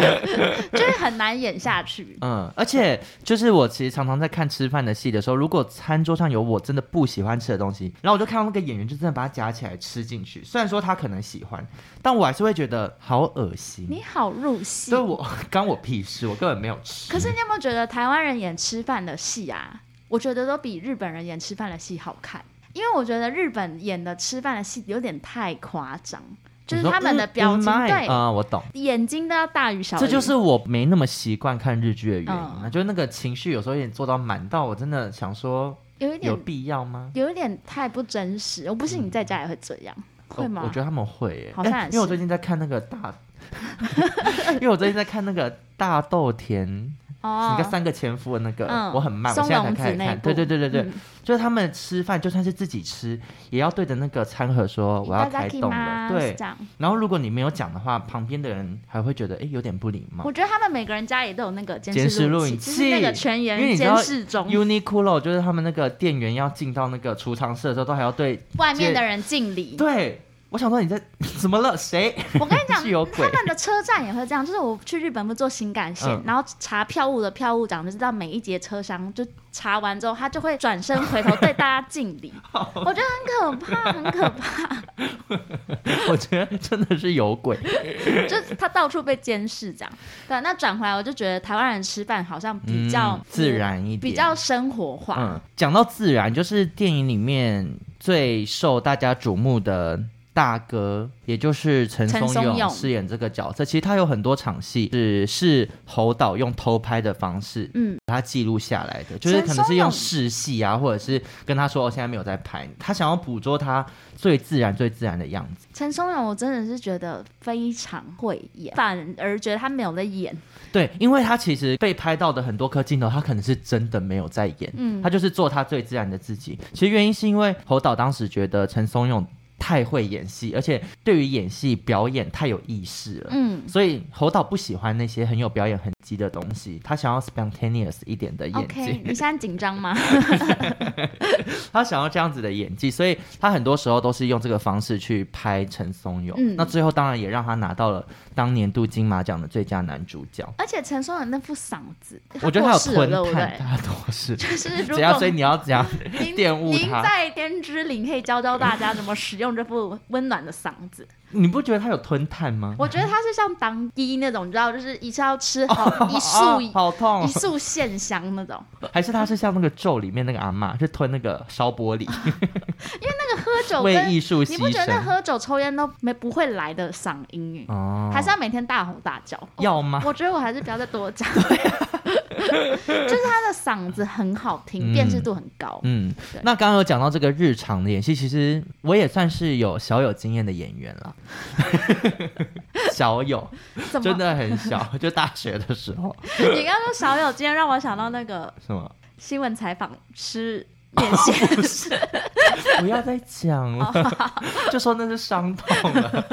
S1: 就会很难演下去。
S2: 嗯，而且就是我其实常常在看吃饭的戏的时候，如果餐桌上有我真的不喜欢吃的东西，然后我就看到那个演员就真的把它夹起来吃进去，虽然说他可能喜欢，但我还是会觉得好恶心。
S1: 你好入戏
S2: 所以，我干我屁事，我根本没有吃。
S1: 可是你有没有觉得台湾人演吃饭的戏啊？我觉得都比日本人演吃饭的戏好看，因为我觉得日本演的吃饭的戏有点太夸张，就是他们的表情、
S2: 啊、
S1: 对、
S2: 嗯我懂。
S1: 眼睛都要大于小于，
S2: 这就是我没那么习惯看日剧的原因啊，
S1: 嗯
S2: 就是那个情绪有时候有点做到满到，我真的想说
S1: 有一点
S2: 有必要吗？
S1: 有一点太不真实。我不信你在家也会这样，会吗？
S2: 哦我觉得他们会耶、
S1: 好像
S2: 哎
S1: 也
S2: 因为我
S1: 是
S2: 最近在看那个大， <laughs> 因为我最近在看那个大豆田
S1: 哦，
S2: 你看三个前夫的那个，
S1: 嗯
S2: 我很慢，我
S1: 松
S2: 现在才
S1: 隆
S2: 开
S1: 子
S2: 始
S1: 那一
S2: 看。
S1: 部
S2: 对对对对对，
S1: 嗯
S2: 就是他们吃饭，就算是自己吃，也要对着那个餐盒说我要开动了。
S1: 对
S2: 对，嗯
S1: 这样。
S2: 然后如果你没有讲的话，旁边的人还会觉得哎有点不礼貌
S1: 我。觉得他们每个人家里都有那个监
S2: 监视
S1: 录
S2: 录影
S1: 就是那个
S2: 器
S1: 全
S2: 因为
S1: 员
S2: 你知
S1: 监
S2: 道
S1: 视中，
S2: Uniqlo 就是他们那个店员要进到那个储藏室的时候，都还要对
S1: 外面的人敬礼。
S2: 对。我想说你在 <laughs> 怎么了？谁？
S1: 我跟你讲，
S2: 是 <laughs> 有
S1: 他
S2: 鬼
S1: 们的车站也会这样，就是我去日本不坐新干线，
S2: 嗯
S1: 然后查票务的票务长就知道每一节车厢，就查完之后他就会转身回头对大家敬
S2: <laughs>
S1: 礼，我觉得很可怕，很可怕，
S2: 我觉得真的是有鬼。
S1: 就是他到处被监视这样。对，那转回来我就觉得台湾人吃饭好像比较、
S2: 嗯自，然一点，
S1: 比较生活化。
S2: 嗯，讲到自然，就是电影里面最受大家瞩目的大哥，也就是陈
S1: 陈
S2: 松
S1: 松勇
S2: 勇饰演这个角色。其实他有很多场戏是是侯导用偷拍的方式。
S1: 嗯，
S2: 把它记录下来的，就是可
S1: 陈
S2: 能
S1: 松
S2: 是
S1: 勇
S2: 用试戏啊，或者是跟他说哦，现在没有在拍，他想要捕捉他最自然、最自然的样子。
S1: 陈松勇我真的是觉得非常会演，反而觉得他没有在演。
S2: 对，因为他其实被拍到的很多颗镜头，他可能是真的没有在演，
S1: 嗯
S2: 他就是做他最自然的自己。其实原因是因为侯导当时觉得陈松勇太会演戏，而且对于演戏表演太有意识了。
S1: 嗯，
S2: 所以侯导不喜欢那些很有表演痕迹的东西，他想要 spontaneous 一点的演技
S1: OK，你现在紧张 <laughs> 吗？
S2: 他想要这样子的演技，所以他很多时候都是用这个方式去拍陈松勇。
S1: 嗯
S2: 那最后当然也让他拿到了当年度金马奖的最佳男主角。
S1: 而且陈松勇那副嗓子，
S2: 我觉得他
S1: 过
S2: 有
S1: 世了
S2: 吞
S1: 对不
S2: 炭，
S1: 对？
S2: 他都
S1: <laughs>
S2: 是。
S1: 就是如
S2: 只要
S1: 果
S2: 所以你要怎样
S1: 您
S2: 玷污
S1: 您
S2: 他
S1: 在天之灵可以教教大家怎么使用这副温暖的嗓子。
S2: 你不觉得他有吞炭吗？
S1: 我觉得他是像当医那种，你知道，就是一次要吃
S2: 哦
S1: 好一束
S2: 啊好痛
S1: 一，束线香那种。
S2: 还是他是像那个咒里面那个阿嬷，是吞那个烧玻璃，
S1: 那个喝酒
S2: <laughs> 为
S1: 跟
S2: 艺术
S1: 哦你
S2: 牺
S1: 不觉得那
S2: 牲。
S1: 喝酒抽烟都没不会来的嗓音哎，
S2: 哦
S1: 还是要每天大吼大叫？
S2: <laughs> 要吗？啊
S1: 我觉得我还是不要再多讲。 <laughs> 就是他的嗓子很好听，
S2: 嗯
S1: 辨识度很高。
S2: 嗯
S1: 对，
S2: 那刚刚有讲到这个日常的演戏，其实我也算是有小有经验的演员了， <laughs> 小有，
S1: 怎么
S2: 嗯真？的很小，就大学的时候，
S1: 你刚刚说少有，今天让我想到那个
S2: 是吗？
S1: 新闻采访吃面
S2: <laughs>
S1: 线是
S2: 不要再讲
S1: <laughs>
S2: 了，就说那是伤痛了，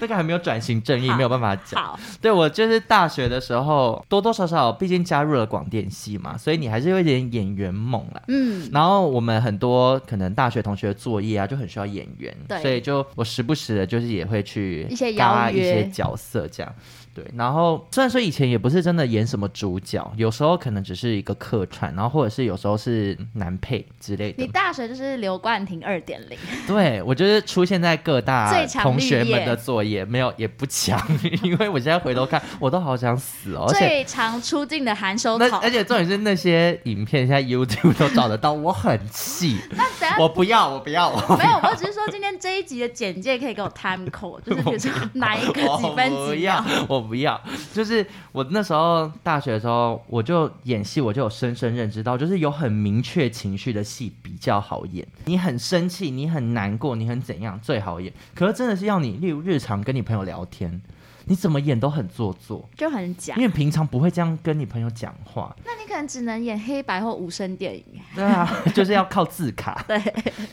S2: 那个还没有转型正义，
S1: 好
S2: 没有办法讲。 <laughs>
S1: 好，
S2: 对我就是大学的时候，多多少少毕竟加入了广电系嘛，所以你还是有一点演员梦啦。
S1: 嗯，
S2: 然后我们很多可能大学同学的作业啊，就很需要演员，
S1: 对
S2: 所以就我时不时的，就是也会去
S1: 一些邀
S2: 搭一
S1: 约
S2: 些角色这样。对，然后虽然说以前也不是真的演什么主角，有时候可能只是一个客串，然后或者是有时候是男配之类
S1: 你
S2: 的。
S1: 大学就是刘冠廷二点零，
S2: <laughs> 对我就是出现在各大
S1: 最强
S2: 同
S1: 绿
S2: 学们
S1: 叶
S2: 的作业，没有也不强， <laughs> 因为我现在回头看，我都好想死哦，而且
S1: 最常出镜的含羞
S2: 那哎
S1: 草。
S2: 而且重点是那些影片现在 YouTube 都找得到，我很气，
S1: <laughs> 那等下
S2: 我不要，我不要，我
S1: 没有，我只是说今天这一集的简介可以给我 time code，就是比如说哪一个 <laughs> 几分
S2: 我不
S1: 几
S2: 要
S1: 秒。，
S2: <laughs> 我不要。就是我那时候大学的时候，我就演戏，我就有深深认知到，就是有很明确情绪的戏比较好演。你很生气，你很难过，你很怎样最好演。可是真的是要你，例如日常跟你朋友聊天，你怎么演都很做作，
S1: 就很假
S2: 因，为平常不会这样跟你朋友讲话。
S1: 那你可能只能演黑白或无声电影。
S2: <laughs> 对啊，就是要靠字卡。
S1: 对，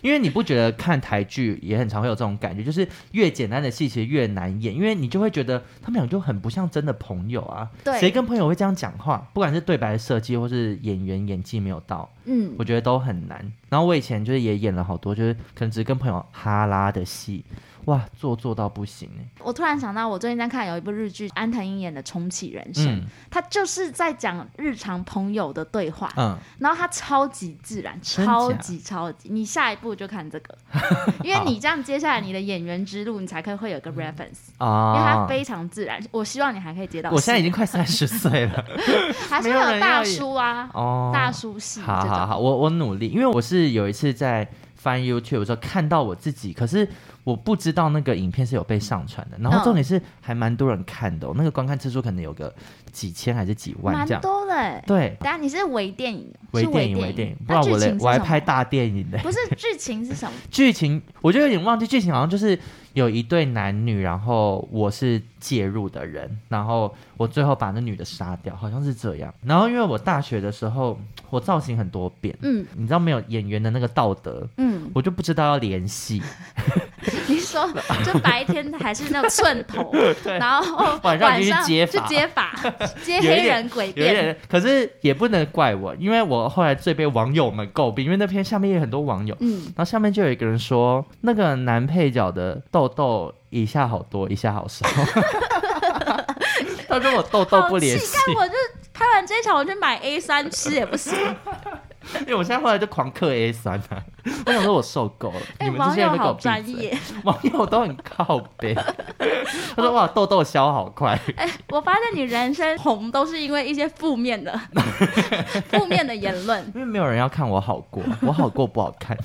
S2: 因为你不觉得看台剧也很常会有这种感觉，就是越简单的戏其实越难演，因为你就会觉得他们俩就很不像真的朋友啊。
S1: 对
S2: 谁跟朋友会这样讲话？不管是对白的设计，或是演员演技没有到，
S1: 嗯，
S2: 我觉得都很难。然后我以前就是也演了好多，就是可能只是跟朋友哈拉的戏，哇，做作到不行欸
S1: 我突然想到，我最近在看有一部日剧，安藤樱演的《重启人生》，
S2: 嗯
S1: 他就是在讲日常朋友的对话，
S2: 嗯，
S1: 然后他超级自然，
S2: 真假
S1: 超级超级。你下一步就看这
S2: <laughs>
S1: 个，因为你这样接下来你的演员之路，你才可以会有个 reference，、因为它
S2: 嗯啊。
S1: 非常自然。我希望你还可以接到戏，
S2: 我现在已经快三十岁了
S1: 还是
S2: 没有
S1: 会
S2: 人
S1: 有大
S2: 要演
S1: 叔啊，
S2: 哦，
S1: 大叔系嗯这
S2: 好
S1: 种。
S2: 好好，我我努力，因为我是有一次在翻 YouTube 的时候看到我自己，可是我不知道那个影片是有被上传的。然后
S1: 嗯
S2: 重点是还蛮多人看的哦、那个观看次数可能有个几千还是几万
S1: 蛮
S2: 这样。
S1: 多的欸。
S2: 对，
S1: 等下你是微电影，
S2: 微
S1: 是
S2: 电影微
S1: 微
S2: 电影，不
S1: 那
S2: 然
S1: 剧
S2: 我
S1: 情
S2: 嘞
S1: 是
S2: 我还
S1: 什么
S2: 拍大电影的。
S1: 不是剧情是什么？
S2: 剧情我就有点忘记，剧情好像就是有一对男女，然后我是介入的人，然后我最后把那女的杀掉，好像是这样。然后因为我大学的时候我造型很多变，
S1: 嗯
S2: 你知道没有演员的那个道德，
S1: 嗯，
S2: 我就不知道要联
S1: <laughs>
S2: 系，
S1: 你说就白天还是那种寸
S2: <laughs>
S1: 头，然后
S2: 晚上
S1: 上
S2: 已经去接
S1: 去
S2: 发
S1: 接法，接
S2: <laughs> 有一
S1: 黑
S2: 点
S1: 人诡
S2: 有一
S1: 辩。
S2: 点，可是也不能怪我，因为我后来最被网友们诟病，因为那篇下面有很多网友， <laughs>
S1: 嗯，
S2: 然后下面就有一个人说，那个男配角的痘痘一下好多，一下好少， <laughs> 他跟我痘痘不
S1: 好气
S2: 联系，
S1: 干我就拍完这一场，我去买 A 三吃也不行。
S2: 因为我现在后来就狂嗑 A 三啊， <laughs> 我想说我受够了，
S1: 哎，
S2: <laughs> 你们这
S1: 网
S2: 些
S1: 友
S2: 人都给
S1: 好
S2: 我闭
S1: 专
S2: 嘴，
S1: 业。
S2: <laughs> 网友都很靠背， <laughs> 他说哇痘痘消好快，
S1: 哎，我发现你人生红都是因为一些负面
S2: <laughs>
S1: 的负面的言论。
S2: 因为没有人要看我好
S1: <laughs>
S2: 过，我好过不好看，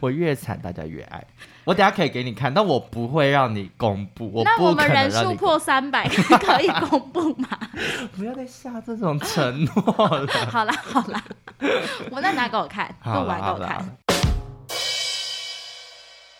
S2: 我越惨大家越爱。我等下可以给你看，但我不会让你公布，我
S1: 那我
S2: 不
S1: 们
S2: 可能
S1: 人
S2: 让
S1: 数
S2: 你公
S1: 破三
S2: <laughs>
S1: 百可以公布吗？
S2: 布。不要再下这种承诺
S1: <laughs>
S2: 了。
S1: 好啦好啦，我再拿给我看，
S2: 好
S1: 录
S2: 了
S1: 完给
S2: 好
S1: 我
S2: 了，好
S1: 看
S2: 啦。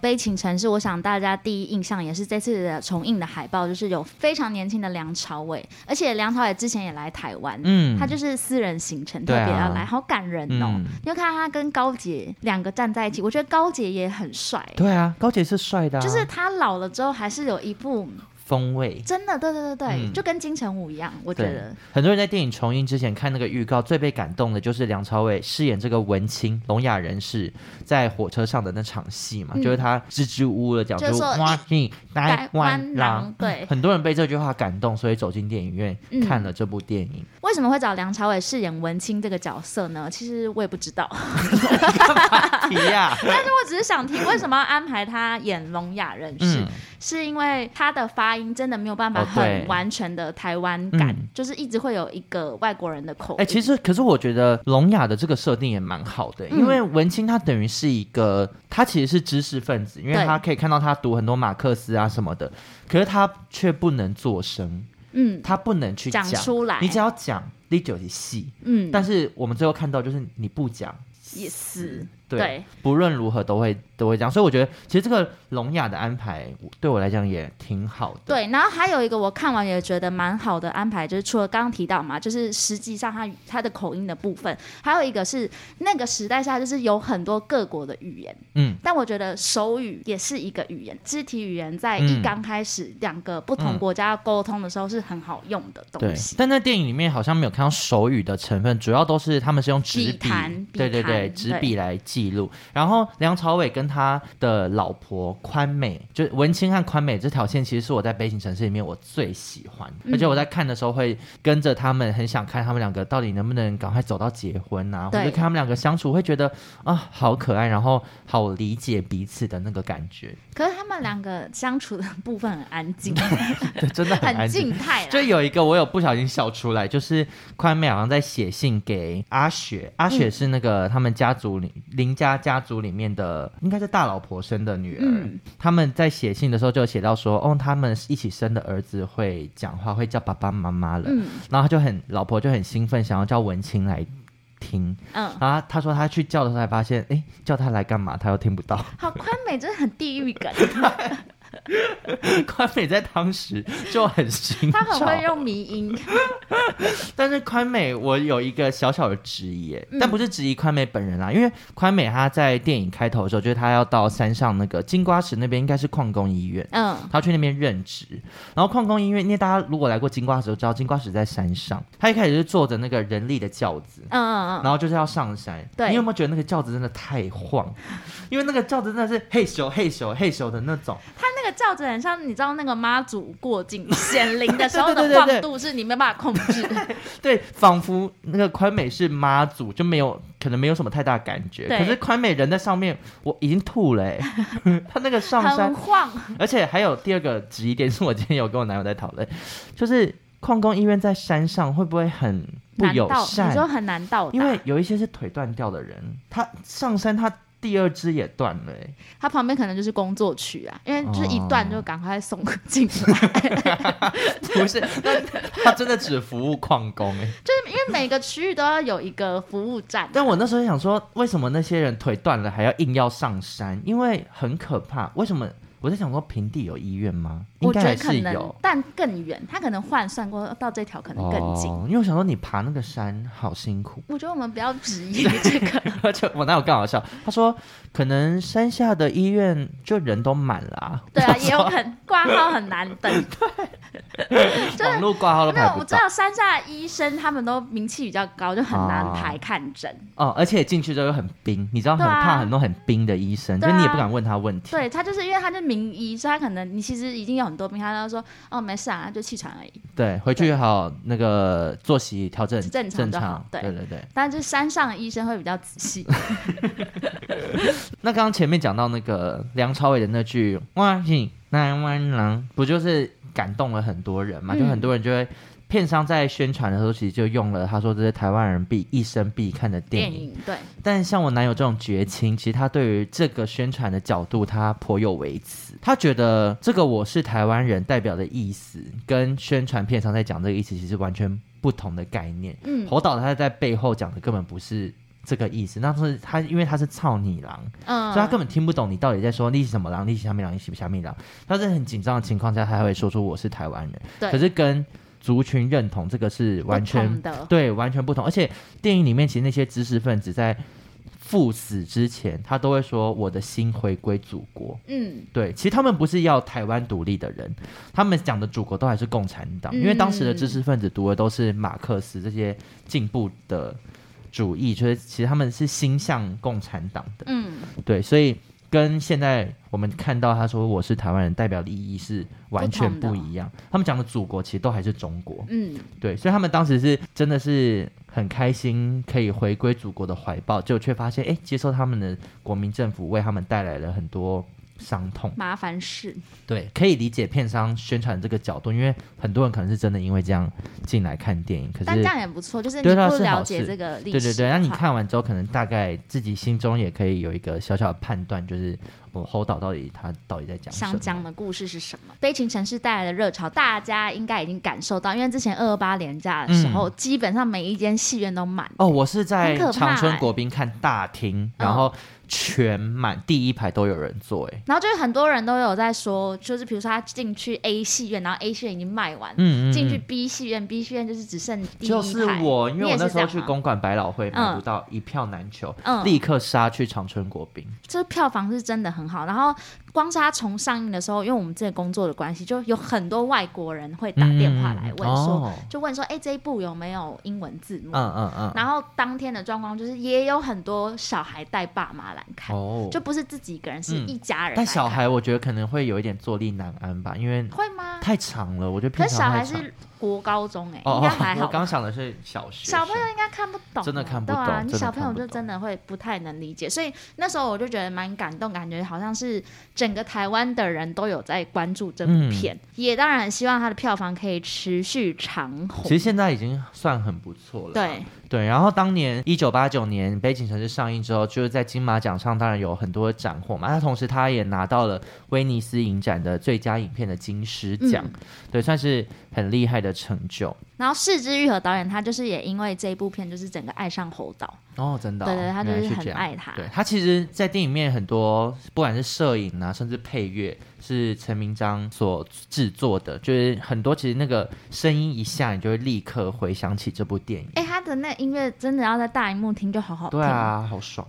S1: 悲情城市，我想大家第一印象也是这次的重映的海报，就是有非常年轻的梁朝伟，而且梁朝伟之前也来台湾，
S2: 嗯，
S1: 他就是私人行程特
S2: 对
S1: 别
S2: 啊
S1: 要来，好感人哦。
S2: 嗯
S1: 你就看他跟高杰两个站在一起，我觉得高杰也很帅，
S2: 对啊，高姐是帅的、啊，
S1: 就是他老了之后还是有一副
S2: 风味。
S1: 真的，对对对对，
S2: 嗯
S1: 就跟金城武一样，我觉
S2: 对
S1: 得，
S2: 很多人在电影重映之前看那个预告，最被感动的就是梁朝伟饰演这个文青聋哑人士在火车上的那场戏嘛，
S1: 嗯
S2: 就是他支支吾吾的讲
S1: 就
S2: 出
S1: 是说
S2: “哇你台湾狼”， <laughs>
S1: 对。
S2: 很多人被这句话感动，所以走进电影院、
S1: 嗯
S2: 看了这部电
S1: <laughs>
S2: 影。
S1: 为什么会找梁朝伟饰演文青这个角色呢？其实我也不知道， <laughs> 啊
S2: 提亚，
S1: 但是我只是想听为什么要安排他演聋哑人士，
S2: 嗯，
S1: 是因为他的发音真的没有办法
S2: 哦对
S1: 很完全的台湾感，
S2: 嗯
S1: 就是一直会有一个外国人的口音。
S2: 哎、其实可是我觉得聋哑的这个设定也蛮好的，欸
S1: 嗯
S2: 因为文青他等于是一个，他其实是知识分子，因为
S1: 对
S2: 他可以看到他读很多马克思啊什么的，可是他却不能做声。
S1: 嗯，
S2: 他不能去
S1: 讲出来
S2: 你只要讲第九题戏，
S1: 嗯，
S2: 但是我们最后看到就是你不讲，
S1: 也是
S2: 对，
S1: 对
S2: 不论如何都会都会这样，所以我觉得其实这个聋哑的安排我对我来讲也挺好的。
S1: 对，然后还有一个我看完也觉得蛮好的安排，就是除了刚刚提到嘛，就是实际上他他的口音的部分，还有一个是那个时代下就是有很多各国的语言，
S2: 嗯，
S1: 但我觉得手语也是一个语言，肢体语言在
S2: 嗯
S1: 一刚开始两个不同国家沟通的时候是很好用的东
S2: 对
S1: 西，。
S2: 但在电影里面好像没有看到手语的成分，主要都是他们是用纸
S1: 笔谈
S2: 对对
S1: 笔
S2: 对，
S1: 谈
S2: 纸
S1: 对
S2: 笔来记录。然后梁朝伟跟他的老婆宽美，就是文青和宽美这条线，其实是我在《悲情城市》里面我最喜欢，而且我
S1: 嗯
S2: 在看的时候会跟着他们，很想看他们两个到底能不能赶快走到结婚啊，或
S1: 对
S2: 者看他们两个相处，会觉得啊好可爱，然后好理解彼此的那个感
S1: <laughs>
S2: 觉，
S1: 可是他们两个相处的部分很安
S2: <laughs>
S1: 静，
S2: 对，真的很安
S1: 很
S2: 静
S1: 静。态啦，
S2: 就有一个我有不小心笑出来，就是宽妹好像在写信给阿雪，
S1: 嗯
S2: 阿雪是那个他们家族里林家家族里面的，应该是大老婆生的女儿。
S1: 嗯
S2: 他们在写信的时候就有写到说，哦，他们一起生的儿子会讲话，会叫爸爸妈妈了。
S1: 嗯
S2: 然后他就很老婆就很兴奋，想要叫文青来听。
S1: 嗯，
S2: 然后他说他去叫的时候才发现，哎，叫他来干嘛？他又听不到。 <laughs>
S1: 好宽美真的很地啊域感，
S2: 宽美在当时就很心
S1: 他很
S2: 照
S1: 会用迷音，
S2: 但是宽美，我有一个小小的质疑耶，
S1: 嗯
S2: 但不是质疑宽美本人啦，因为宽美她在电影开头的时候，就是她要到山上那个金瓜石那边，应该是矿工医院，
S1: 嗯。
S2: 她要去那边任职。然后矿工医院，因为大家如果来过金瓜石都知道，金瓜石在山上，她一开始是坐着那个人力的轿子。
S1: 嗯嗯嗯，
S2: 然后就是要上山，
S1: 对
S2: 你有没有觉得那个轿子真的太晃？因为那个轿子真的是嘿咻嘿咻嘿咻的那种，
S1: 它那个轿子很像，你知道那个妈祖过境显灵的时候
S2: 对
S1: 的
S2: 对对对
S1: 晃度是你没办法控制。
S2: <laughs> 对，仿佛那个宽美是妈祖，就没有可能没有什么太大感觉。
S1: 对
S2: 可是宽美人在上面，我已经吐
S1: <laughs>
S2: 了、欸。他那个上
S1: 很
S2: 山，
S1: 晃，
S2: 而且还有第二个质疑点，是我今天有跟我男友在讨论，就是矿工医院在山上会不会很不
S1: 难
S2: 友
S1: 到你说
S2: 善？
S1: 很难到达，
S2: 因为有一些是腿断掉的人，他上山他第二只也断了、欸。
S1: 它旁边可能就是工作区啊，因为就是一段就赶快送进
S2: <laughs>
S1: 来， <laughs>
S2: 不是，那 <laughs> 他真的只服务矿工、欸。
S1: 就是因为每个区域都要有一个服务站。
S2: 但我那时候想说，为什么那些人腿断了还要硬要上山？因为很可怕。为什么？我在想说，平地有医院吗？应
S1: 我觉
S2: 该还
S1: 得可
S2: 是
S1: 能
S2: 有。，
S1: 但更远，它可能换算过到这条可能更近。
S2: 哦，因为我想说你爬那个山好辛苦， <laughs>
S1: 我觉得我们不要质疑这个，
S2: 而且我哪有更好笑？他说可能山下的医院就人都满了、啊，
S1: 对
S2: <laughs>
S1: 啊，
S2: 我想
S1: 也有
S2: 说
S1: 可能挂号很难等。就是
S2: 网络挂 <laughs> 号都
S1: 啊没
S2: 排
S1: 有，
S2: 不
S1: 我知
S2: 到
S1: 道山下的医生他们都名气比较高，就很
S2: 啊
S1: 难排看诊。 <laughs>
S2: 哦，而且进去之后又很冰，你知道很
S1: 对啊
S2: 怕很多很冰的医生，
S1: 对啊
S2: 就你也不敢问他问题。
S1: 对他就是因为他是名医，所以他可能你其实已经有很多病，他都说哦没事啊，就气喘而已。
S2: 对，回去好那个作息调整
S1: 正常就好对
S2: 对对对。
S1: 但是山上的医生会比较仔
S2: <laughs>
S1: 细，
S2: 那刚刚前面讲到那个梁朝伟的那句“哇你南湾郎”，不就是感动了很多人嘛？
S1: 嗯
S2: 就很多人就会，片商在宣传的时候，其实就用了他说这是台湾人必一生必看的电
S1: 电
S2: 影。
S1: 影对，
S2: 但像我男友这种绝情，其实他对于这个宣传的角度，他颇有微词。他觉得这个我是台湾人代表的意思，跟宣传片上在讲这个意思，其实完全不同的概念。
S1: 嗯
S2: 侯导他在背后讲的根本不是这个意思，那是他因为他是操你郎。
S1: 嗯，
S2: 所以他根本听不懂你到底在说你是什么狼，你是虾米狼，你是虾米狼。他在很紧张的情况下，他还会说出我是台湾人，
S1: 对
S2: 可是跟族群认同这个是完
S1: 不同
S2: 全
S1: 的，
S2: 对，完全不同。而且电影里面其实那些知识分子在赴死之前，他都会说我的心回归祖国。
S1: 嗯
S2: 对，其实他们不是要台湾独立的人，他们讲的祖国都还是共产
S1: 嗯
S2: 党，因为当时的知识分子读的都是马克思这些进步的主义，就是其实他们是心向共产党的。
S1: 嗯，
S2: 对，所以跟现在我们看到他说我是台湾人代表的意义是完全不一样。他们讲的祖国其实都还是中国，
S1: 嗯
S2: 对，所以他们当时是真的是很开心可以回归祖国的怀抱，结果却发现哎，接受他们的国民政府为他们带来了很多。伤痛，
S1: 麻烦事，
S2: 对，可以理解片商宣传这个角度，因为很多人可能是真的因为这样进来看电影，可
S1: 但这
S2: 是
S1: 样也不错，就是你
S2: 对啦
S1: 不
S2: 是好
S1: 了解
S2: 事
S1: 这个历
S2: 对
S1: 史，
S2: 对对，那你，看完之后，可能大概自己心中也可以有一个小小的判断，就是我侯导到底他到底在讲什
S1: 想
S2: 么？
S1: 讲的故事是什么？悲情城市带来的热潮，大家应该已经感受到，因为之前二二八连假的时候，
S2: 嗯
S1: 基本上每一间戏院都满。
S2: 哦，我是在
S1: 很可怕
S2: 长春
S1: 欸
S2: 国宾看大厅，
S1: 嗯
S2: 然后全满，第一排都有人坐、欸，哎，
S1: 然后就是很多人都有在说，就是比如说他进去 A 戏院，然后 A 戏院已经卖完，
S2: 嗯嗯，
S1: 进去
S2: 嗯
S1: B 戏院，B 戏院就是只剩第一排。
S2: 就是我，因
S1: 你
S2: 为我
S1: 也是
S2: 那时候
S1: 这样
S2: 去
S1: 吗
S2: 公馆百老汇买
S1: 嗯
S2: 不到一票难求，
S1: 嗯
S2: 立刻杀去长春国宾。
S1: 这票房是真的很好。然后光是他从上映的时候，因为我们这个工作的关系，就有很多外国人会打电话来问说，
S2: 嗯哦
S1: 就问说，哎、这一部有没有英文字幕？
S2: 嗯嗯嗯，
S1: 然后当天的状况就是，也有很多小孩带爸妈来看，
S2: 哦，
S1: 就不是自己一个人，是
S2: 嗯
S1: 一家人来看、
S2: 但小孩我觉得可能会有一点坐立难安吧，因为
S1: 会吗？
S2: 太长了，我觉得平
S1: 可是
S2: 常
S1: 小孩
S2: 太长
S1: 是国高中哎、
S2: 哦
S1: 应该还
S2: 哦，我
S1: 好吧。
S2: 刚想的是小学
S1: 小朋友
S2: 生
S1: 应该看不懂啊，
S2: 真的看不懂
S1: 对啊，你
S2: 真的
S1: 小朋友
S2: 看不
S1: 就
S2: 懂
S1: 真的会不太能理解，所以那时候我就觉得蛮感动，感觉好像是整个台湾的人都有在关注这部片，
S2: 嗯
S1: 也当然希望它的票房可以持续长
S2: 其
S1: 红
S2: 实。现在已经算很不错了。
S1: 对，
S2: 对，然后当年一九八九年《北京城市》上映之后，就是在金马奖上当然有很多斩获嘛，那同时他也拿到了威尼斯影展的最佳影片的金狮奖，
S1: 嗯
S2: 对，算是很厉害的成就。
S1: 然后四之愈和导演他就是也因为这一部片，就是整个爱上侯导，
S2: 哦，真的哦、
S1: 对对，他就
S2: 原来
S1: 是
S2: 是
S1: 很
S2: 这样
S1: 爱他。
S2: 对他其实，在电影面很多，不管是摄影啊，甚至配乐，是陈明章所制作的，就是很多其实那个声音一下，你就会立刻回想起这部电影。
S1: 哎、他的那音乐真的要在大荧幕听就好好听，
S2: 对啊，好爽。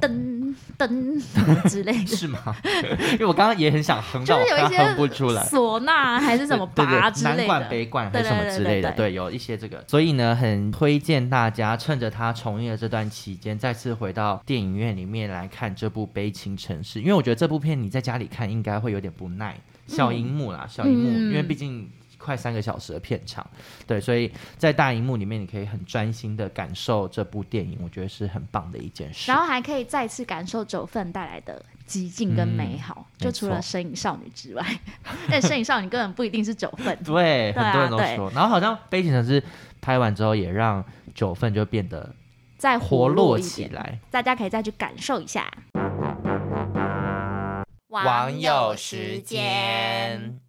S1: 噔噔之类的，
S2: <laughs> 是吗？ <laughs> 因为我刚刚也很想哼，
S1: <laughs> 就
S2: 但我
S1: 是有一
S2: 刚
S1: 些
S2: 刚哼不出来。
S1: 唢呐还是什么
S2: 对
S1: 拔
S2: 对，
S1: 之
S2: 南
S1: 类
S2: 管
S1: 的。
S2: 北管还
S1: 对
S2: 是什
S1: 对
S2: 么
S1: 对
S2: 之类的，
S1: 对对
S2: 对，有一些这个，所以呢，很推荐大家趁着它重映的这段期间，再次回到电影院里面来看这部《悲情城市》，因为我觉得这部片你在家里看应该会有点不耐，小荧幕啦，小荧幕，
S1: 嗯
S2: 因为毕竟。快三个小时的片长，对，所以在大荧幕里面，你可以很专心的感受这部电影，我觉得是很棒的一件事。
S1: 然后还可以再次感受九份带来的激进跟美好，
S2: 嗯
S1: 就除了《
S2: 没。
S1: 身影少女》之外， <laughs> 但《身影少女》根本不一定是九份对
S2: 对，很多
S1: 啊
S2: 人都
S1: 对
S2: 说。然后好像《悲情城市》拍完之后，也让九份就变得
S1: 再
S2: 活
S1: 络
S2: 络
S1: 一
S2: 起
S1: 点，
S2: 来。
S1: 大家可以再去感受一下。
S2: 网友时间，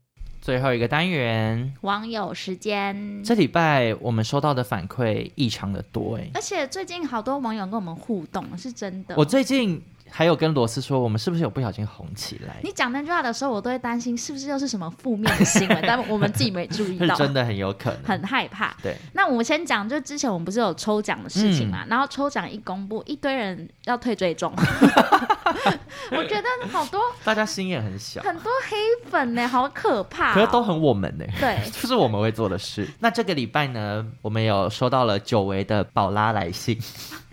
S2: 最后一个单元，
S1: 网友时间。
S2: 这礼拜我们收到的反馈异常的多哎、
S1: 而且最近好多网友跟我们互动，是真的。
S2: 我最近还有跟罗斯说，我们是不是有不小心红起来？
S1: 你讲那句话的时候，我都会担心是不是又是什么负面的新
S2: <laughs>
S1: 闻，但我们自己没注意
S2: 是
S1: 到，
S2: 真的很有可能。
S1: 很害怕。
S2: 对，
S1: 那我先讲，就之前我们不是有抽奖的事情嘛，
S2: 嗯
S1: 然后抽奖一公布，一堆人要退追
S2: <laughs>
S1: 踪，我觉得好多
S2: 大家心眼很小，
S1: 很多黑粉呢、好可怕哦、
S2: 可是都很我们呢、欸
S1: 对。
S2: <laughs> 这是我们会做的事。 <laughs> 那这个礼拜呢，我们有收到了久违的宝拉来信。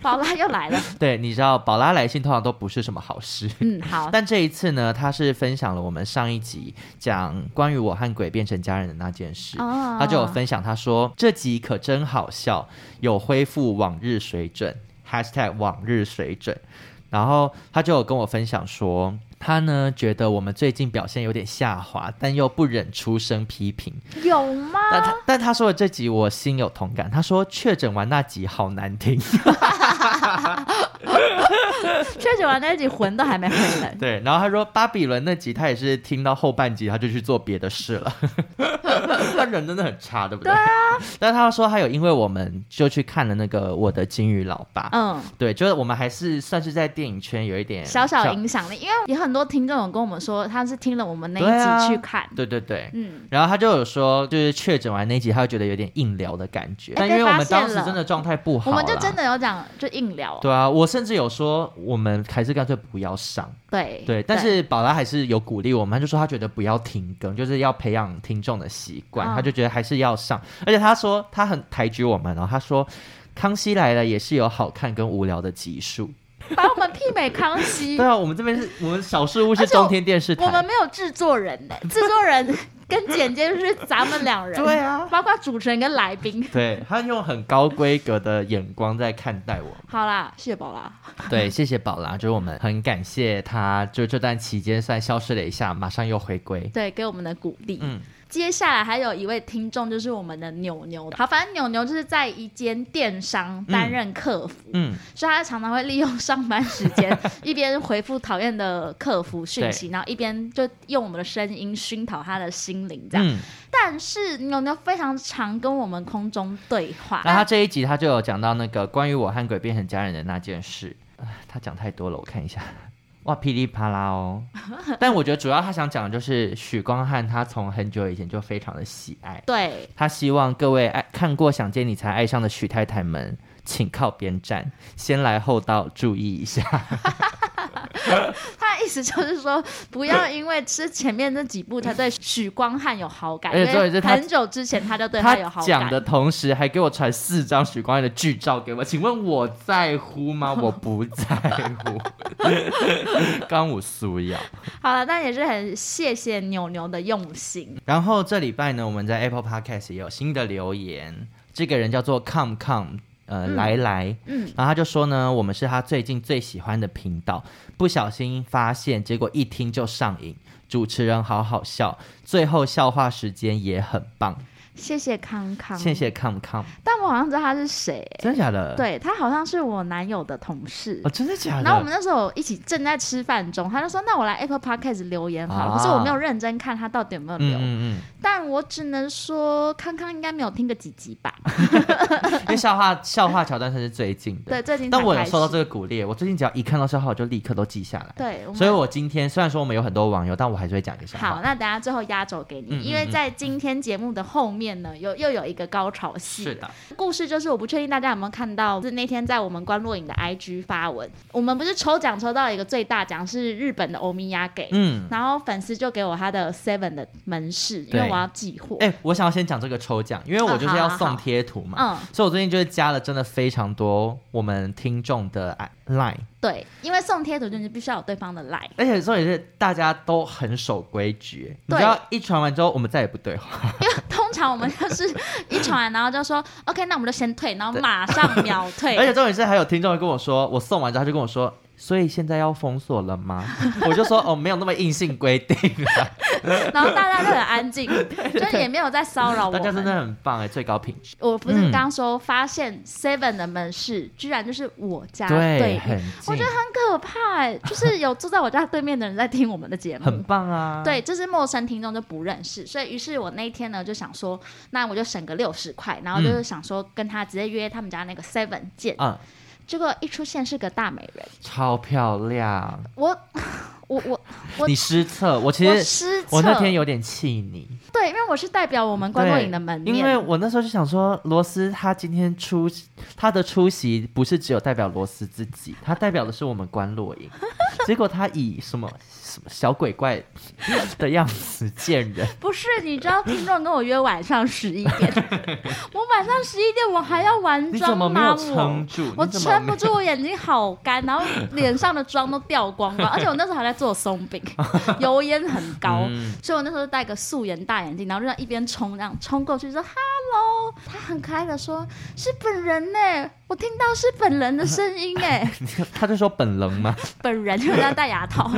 S1: 宝拉又
S2: <laughs>
S1: 来了，
S2: 对，你知道宝拉来信通常都不是什么好事。
S1: 嗯，好，
S2: 但这一次呢，他是分享了我们上一集讲关于我和鬼变成家人的那件事，
S1: 哦
S2: 他就有分享，他说这集可真好笑，有恢复往日水准，#hashtag 往日水准。然后他就有跟我分享说，他呢觉得我们最近表现有点下滑，但又不忍出声批评。
S1: 有吗？
S2: 但他但他说的这集我心有同感，他说确诊完那集好难听。
S1: 确诊完那一集魂都还没回来，
S2: <laughs> 对，然后他说巴比伦那集他也是听到后半集他就去做别的事了， <laughs> 他人真的很差，对不对？对啊。 <laughs> 但他说他有因为我们就去看了那个我的金鱼老爸，
S1: 嗯，
S2: 对，就是我们还是算是在电影圈有一点
S1: 小小影响力，因为有很多听众有跟我们说，他是听了我们那
S2: 对
S1: 一
S2: 啊
S1: 集去看，
S2: 对对对。
S1: 嗯，
S2: 然后他就有说，就是确诊完那集，他就觉得有点硬聊的感觉。
S1: 哎
S2: 但因
S1: 被
S2: 为我
S1: 发
S2: 们当
S1: 现
S2: 时
S1: 了
S2: 真的状态不好
S1: 我
S2: 啦，
S1: 们就真的有讲就硬聊，
S2: 对啊，我甚至有说我们还是干脆不要上。
S1: 对
S2: 对，但是宝拉还是有鼓励我们，他就说他觉得不要停更，就是要培养听众的习惯，
S1: 嗯
S2: 他就觉得还是要上，而且他说他很抬举我们哦，然后他说。康熙来了也是有好看跟无聊的集数，
S1: 把我们媲美康熙，
S2: <laughs> 对啊，我们这边是 <laughs> 我们少数屋是
S1: 而且我
S2: 中天电视
S1: 我们
S2: 台，
S1: 没有制作人
S2: <laughs>
S1: 呢、制作人跟剪接就是咱们两人，
S2: 对啊
S1: 包括主持人跟来宾。
S2: 对他用很高规格的眼光在看待我 <laughs>
S1: 好啦，谢宝啦，
S2: 对，谢谢宝拉，就是我们很感谢他，就这段期间虽然消失了一下，马上又回归，
S1: 对，给我们的鼓励。
S2: 嗯，
S1: 接下来还有一位听众，就是我们的牛牛。好，反正牛牛就是在一间电商担任客服，
S2: 嗯，
S1: 所以他常常会利用上班时
S2: <laughs>
S1: 间，一边回复讨厌的客服讯息，然后一边就用我们的声音熏陶他的心灵，这样。
S2: 嗯，
S1: 但是牛牛非常常跟我们空中对话，
S2: 那他这一集他就有讲到那个关于我和鬼变成家人的那件事， <laughs> 唉他讲太多了，我看一下， <laughs> 哇，噼里啪
S1: <laughs>
S2: 啦哦。但我觉得主要他想讲的就是许光汉，他从很久以前就非常的喜爱，
S1: 对，
S2: 他希望各位爱看过《想见你才爱上》的许太太们，请靠边站，先来后到，注意一下。
S1: 他的意思就是说，不要因为吃前面那几部才对许光汉有好感，
S2: 而且
S1: 因
S2: 重点
S1: 为
S2: 是他
S1: 很久之前他就对
S2: 他
S1: 有好
S2: 讲
S1: 感。
S2: 的同时，还给我传四张许光汉的剧照给我，请问我在乎吗？我不在
S1: <laughs>
S2: 乎，刚武苏要。
S1: 好了，但也是很谢谢牛牛的用心。
S2: 然后这礼拜呢，我们在 Apple Podcast 也有新的留言，这个人叫做 Come Come。呃，来来，嗯，然后他就说呢，我们是他最近最喜欢的频道，不小心发现，结果一听就上瘾，主持人好好笑，最后笑话时间也很棒，
S1: 谢谢康康，
S2: 谢。谢 Come Come，
S1: 但我好像知道他是谁，
S2: 真的假的？，
S1: 对他好像是我男友的同事。
S2: 哦，真的假的？
S1: 然后我们那时候一起正在吃饭中，他就说：“那我来 Apple Podcast 留言好了。
S2: 啊
S1: 可是我没有认真看他到底有没有留，
S2: 嗯嗯
S1: 但我只能说康康应该没有听个几集吧。
S2: 嗯，因为笑话笑话桥段算是最近的，
S1: 对，最近才
S2: 但我有
S1: 开始
S2: 受到这个鼓励，我最近只要一看到笑话，我就立刻都记下来。
S1: 对，我们
S2: 所以我今天虽然说我们有很多网友，但我还是会讲一个笑
S1: 好，
S2: 话。
S1: 那等下最后压轴给你，
S2: 嗯嗯
S1: 因为在今天节目的后面呢，有又有一个高潮戏。
S2: 是的，
S1: 故事就是我不确定大家有没有看到，是那天在我们关洛影的 IG 发文，我们不是抽奖抽到一个最大奖是日本的欧米亚给，
S2: 嗯，
S1: 然后粉丝就给我他的 Seven 的门市，因
S2: 对
S1: 为我要寄货。
S2: 哎、我想要先讲这个抽奖，因为我就是要
S1: 嗯好好
S2: 送
S1: 好
S2: 贴图嘛，
S1: 嗯，
S2: 所以我最近就是加了真的非常多我们听众的啊 line，
S1: 对，因为送贴图就是必须要有对方的来。
S2: 而且重点是大家都很守规矩，你
S1: 对
S2: 知道一传完之后我们再也不对话，
S1: 因为通常我们就是一传，然后就说 OK，那我们就先退，然后马上秒退。
S2: <laughs> 而且重点是还有听众会跟我说，我送完之后他就跟我说。所以现在要封锁了吗？ <laughs> 我就说哦，没有那么硬性规定啊，
S1: 然后大家都很安
S2: <laughs>
S1: 静，就是也没有在骚扰我
S2: 大
S1: 们。
S2: 家真的很棒哎，最高品质，
S1: 我不是刚说发现 Seven 的门市居然就是我家
S2: 对，
S1: 对
S2: 很
S1: 面，
S2: 近，
S1: 很可怕哎、就是有住在我家对面的人在听我们的节
S2: <laughs> 很
S1: 目。
S2: 棒啊，
S1: 对，就是陌生听众就不认识，所以于是我那一天呢就想说，那我就省个六十块，然后就是想说跟他直接约他们家那个 Seven 见，
S2: 嗯，
S1: 结果一出现是个大美人，
S2: 超漂亮，
S1: 我 <laughs> 我我我
S2: 你失策，我其
S1: 我
S2: 实
S1: 失策，
S2: 我那天有点气你，
S1: 对，因为我是代表我们观众影的门面，
S2: 因为我那时候就想说，罗斯他今天出他的出席不是只有代表罗斯自己，他代表的是我们关洛
S1: <laughs>
S2: 影。结果他以什么什么小鬼怪的样子见人，
S1: 不是，你知道听众跟我约晚上十一点，
S2: <laughs>
S1: 我晚上十一点我还要完
S2: 你怎
S1: 妆
S2: 么没
S1: 吗？
S2: 有
S1: 我
S2: 撑住？
S1: 我
S2: 你怎么
S1: 撑
S2: 没
S1: 不
S2: 有？
S1: 住，我眼睛好干，然后脸上的妆都掉光
S2: <laughs>
S1: 光，而且我那时候还在做松饼，油烟很高。
S2: 嗯
S1: 所以我那时候戴个素颜大眼镜，然后就在一边冲，这样冲过去说 “hello”，他很可爱的说：“是本人呢、我听到是本人的声音哎、
S2: <laughs>
S1: <laughs>
S2: 他就说本人吗？
S1: 本人就是要戴牙
S2: <laughs>
S1: 套，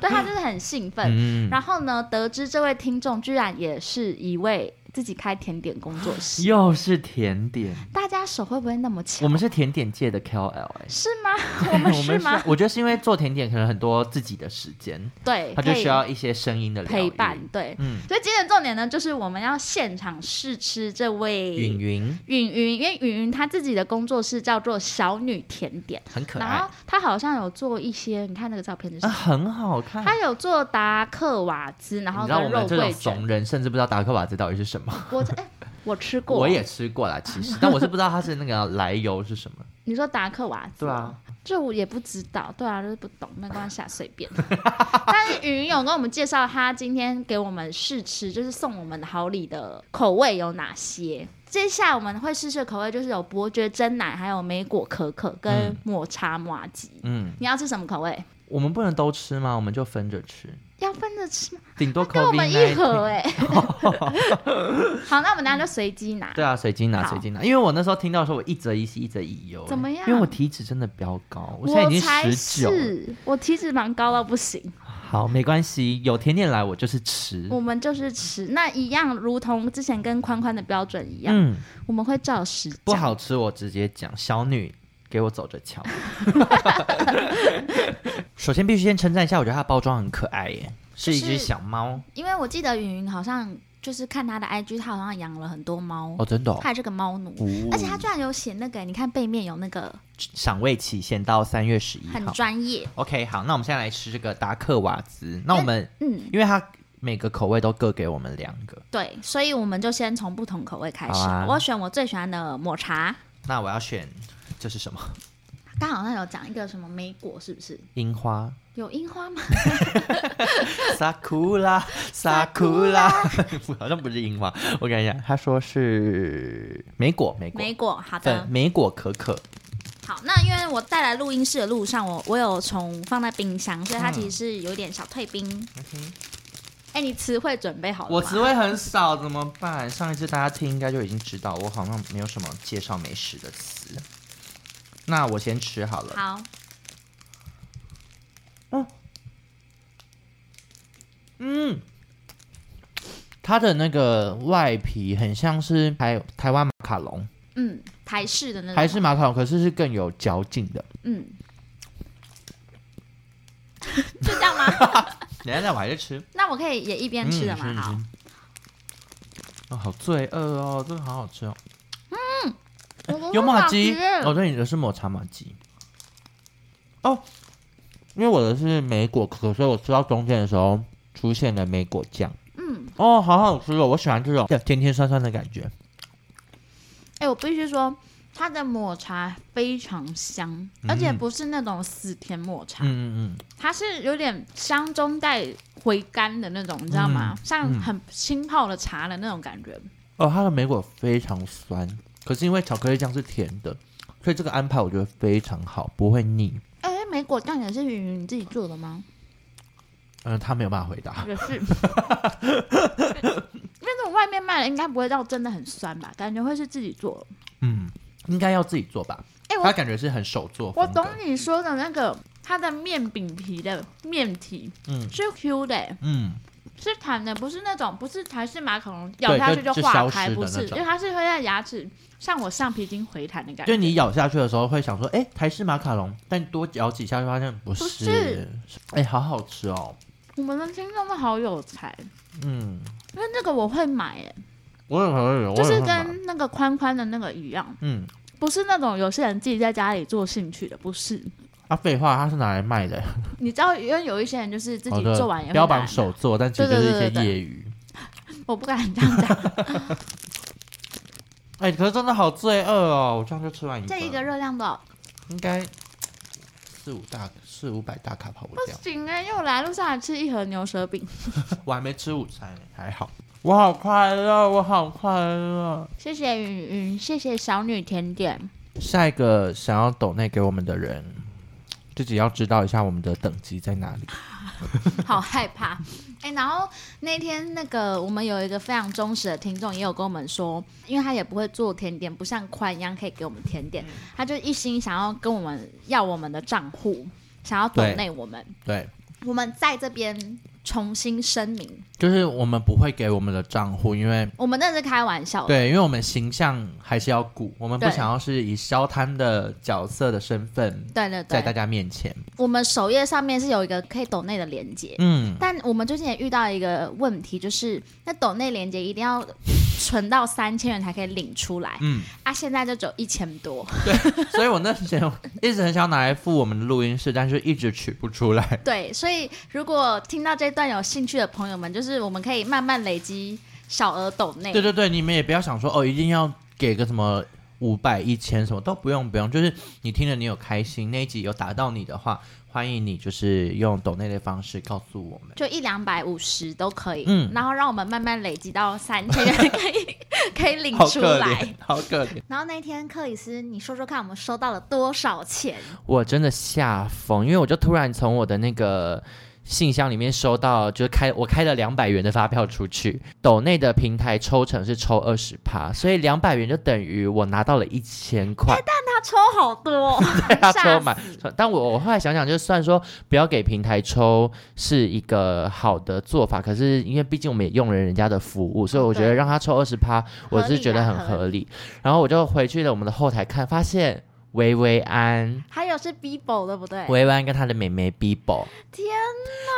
S1: 对他就是很兴奋。
S2: 嗯，
S1: 然后呢，得知这位听众居然也是一位自己开甜点工作室，
S2: 又是甜点，
S1: 大家手会不会那么巧
S2: 嗯我？们是甜点界的 KOL 哎、
S1: 是吗？ <laughs> 我们是吗？
S2: 我觉得是因啊为做甜点可能很多自己的时间，
S1: 对，
S2: 他
S1: 可
S2: 就
S1: 以
S2: 需要一些声音的疗
S1: 陪
S2: 愈
S1: 伴。。对，
S2: 嗯，
S1: 所以今天的重点呢，就是我们要现场试吃这位
S2: 云云
S1: 允云，因为允云她自己的工作室叫做小女甜点，
S2: 很可
S1: 然
S2: 爱
S1: 后。她好像有做一些，你看那个照片就是
S2: 啊，。很好看。
S1: 她有做达克瓦兹，然
S2: 你
S1: 后
S2: 知道
S1: 跟
S2: 我
S1: 肉
S2: 们这种
S1: 桂卷，
S2: 怂人，甚至不知道达克瓦兹到底是什
S1: <laughs>
S2: 么。
S1: 我哎、我吃过，
S2: <laughs> 我也吃过
S1: <laughs>
S2: 啦，其实，但我是不知道它是那个来由是什么。
S1: 你说达克瓦兹？哦
S2: 对啊，
S1: 这我也不知道，对啊，就是不懂，没关系啊，随便。 <laughs> 但是云有跟我们介绍，他今天给我们试吃，就是送我们的好礼的口味有哪些。接下来我们会试试的口味，就是有伯爵真奶，还有莓果可可跟
S2: 嗯
S1: 抹茶麻吉。
S2: 嗯，
S1: 你要吃什么口味？
S2: 我们不能都吃吗？我们就分着吃，
S1: 要分着吃吗？
S2: 顶
S1: <laughs>
S2: 多 COVID
S1: 跟我们一盒哎、 <laughs> 好，那我们等一下就随机拿。
S2: 对啊，随机拿，
S1: 好
S2: 随机拿。因为我那时候听到的时候，我一则一西，一则一忧。
S1: 怎么样
S2: 因为我体脂真的飙高，现在已
S1: 我
S2: 经
S1: 才
S2: 十九。
S1: 是，我体脂蛮高到不行。
S2: 好，没关系，有甜点来我就是吃。
S1: 我们就是吃那一样，如同之前跟宽宽的标准一样，
S2: 嗯，
S1: 我们会照实
S2: 不
S1: 讲。
S2: 好吃我直接讲，小女给我走着
S1: <laughs>
S2: 瞧。首先必须先称赞一下，我觉得它的包装很可爱耶，是一
S1: 就
S2: 只
S1: 是
S2: 小猫
S1: 因为我记得云云好像就是看她的 IG，她好像养了很多猫，
S2: 哦，真的、哦
S1: 她。也是个猫奴，而且她居然有写那个，你看背面有那个
S2: 赏味期限到三月十一
S1: 很
S2: 号。
S1: 专业，
S2: OK，好，那我们现在来吃这个达克瓦兹。那我们
S1: 嗯，
S2: 因为它每个口味都各给我们两个，
S1: 对，所以我们就先从不同口味开始。
S2: 好啊
S1: 我选我最喜欢的抹茶，
S2: 那我要选这是什么？
S1: <laughs> 刚好像有讲一个什么梅果，是不是？
S2: 樱花。
S1: 有樱花吗？
S2: 萨库拉，萨库拉， <laughs> 好像不是樱花。我看一下，他说是莓果，莓果
S1: 梅果，嗯好的
S2: 粉，，莓果可可。
S1: 好，那因为我带来录音室的路上，我我有从放在冰箱，所以它其
S2: 嗯
S1: 实是有一点小退冰。哎、你词汇准备好了吗？
S2: 我词汇很少，怎么办？上一次大家听应该就已经知道，我好像没有什么介绍美食的词。那我先吃好了。
S1: 好，
S2: 嗯，它的那个外皮很像是台台湾马卡龙，
S1: 嗯，台式的那种，
S2: 还是马卡龙，可是是更有嚼劲的。
S1: 嗯，
S2: <laughs>
S1: 就这样吗？
S2: 等一下，我还在吃。
S1: 那我可以也一边吃的嘛？
S2: 嗯
S1: 好，。
S2: 哦，好罪恶哦，这个好好吃哦。
S1: 我我
S2: 有
S1: 我
S2: 马
S1: 好
S2: 鸡哦
S1: 吃，
S2: 我对你的是抹茶马鸡。哦，因为我的是莓果可可，所以我吃到中间的时候出现了莓果酱。
S1: 嗯，
S2: 哦，好好吃哦，我喜欢这种甜甜酸酸的感觉。
S1: 哎、我必须说，它的抹茶非常香，而且不是那种死甜抹茶，
S2: 嗯嗯嗯
S1: 它是有点香中带回甘的那种，你知道吗？像很浸泡的茶的那种感觉。
S2: 嗯，哦，它的莓果非常酸，可是因为巧克力酱是甜的，所以这个安排我觉得非常好，不会腻。
S1: 哎、莓果酱也是云云你自己做的吗？
S2: 嗯、他没有办法回答。
S1: 也是，因为那种外面卖的应该不会到真的很酸吧，感觉会是自己做的。
S2: 嗯，应该要自己做吧。
S1: 哎、
S2: 他
S1: 我
S2: 感觉是很手做
S1: 我
S2: 风
S1: 懂
S2: 格
S1: 你说的那个，它的面饼皮的面体，
S2: 嗯
S1: 是 Q 的、
S2: 嗯，
S1: 是弹的，不是那种，不是台式马卡龙咬
S2: 对
S1: 下
S2: 就
S1: 去就
S2: 就
S1: 化
S2: 消
S1: 开，
S2: 失的
S1: 不
S2: 那
S1: 是，因
S2: 种
S1: 为它是会在牙齿像我橡皮筋回弹的感觉。
S2: 就你咬下去的时候会想说，哎、台式马卡龙，但多咬几下就发现不是，
S1: 是
S2: 哎、好好吃哦。
S1: 我们的听众都好有才，
S2: 嗯，
S1: 因为那个我会买、欸，
S2: 我也可以，我也
S1: 就是
S2: 会买
S1: 跟那个宽宽的那个一样，
S2: 嗯，
S1: 不是那种有些人自己在家里做兴趣的，不是。
S2: 啊，废话，它是拿来卖的，
S1: 你知道，因为有一些人就是自己
S2: 好的
S1: 做完也会
S2: 哦标榜
S1: 拿
S2: 手做，但其实就是
S1: 对
S2: 一
S1: 对对
S2: 些
S1: 对对
S2: 业余。
S1: 我不敢这样
S2: <laughs>
S1: 讲，
S2: 哎、可是真的好罪恶哦，我这样就吃完一个，
S1: 这一个热量多少？
S2: 应该四五大四五百大卡跑不掉，
S1: 行哎、因为我来路上还吃一盒牛舌饼，
S2: 我还没吃午餐呢，还好。我好快乐，我好快乐。
S1: 谢谢云云，谢谢小女甜
S2: <laughs>
S1: 点。
S2: 下一个想要抖内给我们的人，自己要知道一下我们的等级在哪里。
S1: 好害怕。哎、然后那天那个我们有一个非常忠实的听众，也有跟我们说，因为他也不会做甜点，不像宽一样可以给我们甜
S2: 嗯
S1: 点，他就一心想要跟我们要我们的账户，想要
S2: 对
S1: donate 我们。
S2: 对，
S1: 我们在这边重新声明，
S2: 就是我们不会给我们的账户，因为
S1: 我们那是开玩笑的。
S2: 对，因为我们形象还是要顾，我们不
S1: 对
S2: 想要是以消摊的角色的身份
S1: 对对
S2: 在大
S1: 对，
S2: 家面前。
S1: 我们首页上面是有一个可以抖内的连接，
S2: 嗯，
S1: 但我们最近也遇到一个问题，就是那抖内连接一定要存到三千元才可以领出来，
S2: 嗯，
S1: 啊，现在就只有一千多， <laughs>
S2: 所以我那时候一直很想拿来付我们的录音室，但是一直取不出来。
S1: 对，所以如果听到这段有兴趣的朋友们，就是我们可以慢慢累积小额抖内。
S2: 对对对，你们也不要想说哦，一定要给个什么。五百、一千，什么都不用，不用，就是你听了你有开心，那一集有打到你的话，欢迎你就是用抖内的方式告诉我们。
S1: 就一两百五十都可以，
S2: 嗯
S1: 然后让我们慢慢累积到三千元，可
S2: <laughs>
S1: 以可以领
S2: 好
S1: 出
S2: 可
S1: 来
S2: 怜。，好可怜。
S1: 然后那天克里斯，你说说看，我们
S2: <laughs>
S1: 收到了多少钱？
S2: 我真的吓疯，因为我就突然从我的那个信箱里面收到，就是开我开了两百元的发票出去，抖内的平台抽成是抽二十趴，所以两百元就等于我拿到了一千块，
S1: 他抽好多、哦，
S2: 对啊，
S1: 吓
S2: 抽满。但我我后来想想，就算说不要给平台抽是一个好的做法，可是因为毕竟我们也用了人家的服务，所以我觉得
S1: 哦对
S2: 让他抽二十趴，我
S1: 合
S2: 是
S1: 理
S2: 觉得
S1: 啦
S2: 很
S1: 合
S2: 合理。然后我就回去了我们的后台看，发现薇薇安。
S1: 还有是 Bibo 对不对？
S2: 薇薇安跟她的妹妹 Bibo，
S1: 天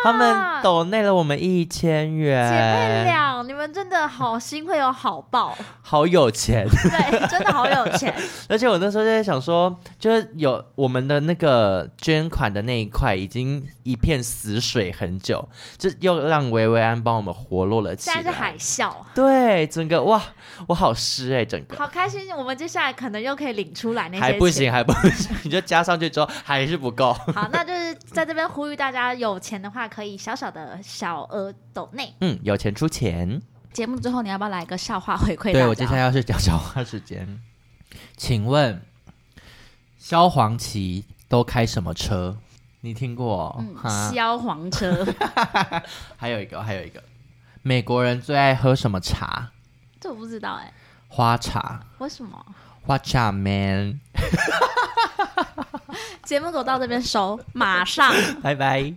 S2: 他们抖内了我们一千
S1: 姐妹
S2: 元，
S1: 俩，你们真的好心会有好
S2: <laughs>
S1: 报，
S2: 好有钱。
S1: 对，真的好有钱。
S2: 而且我那时候就在想说，就是有我们的那个捐款的那一块已经一片死水很久，就又让薇薇安帮我们活络了起
S1: 现在
S2: 来。
S1: 是海啸，
S2: 对，整个哇，我好湿哎、整个
S1: 好开心。我们接下来可能又可以领出来那些
S2: 还不
S1: 钱。
S2: 行，还不行，你就加上去之后还是不够。
S1: <laughs> 好，那就是在这边呼吁大家，有钱的话可以小小的小额抖内。
S2: 嗯，有钱出钱。
S1: 节目最后你要不要来一个笑话回馈大家？
S2: 对我接下来要是讲笑话时间，请问萧煌奇都开什么车？你听过、哦？哈
S1: 嗯，消黄车， <laughs>
S2: 还有一个，还有一个，美国人最爱喝什么茶？
S1: 这我不知道哎、
S2: 花茶。
S1: 为什么？
S2: 花茶 man，
S1: 节目狗到这边收，马上。
S2: 拜拜。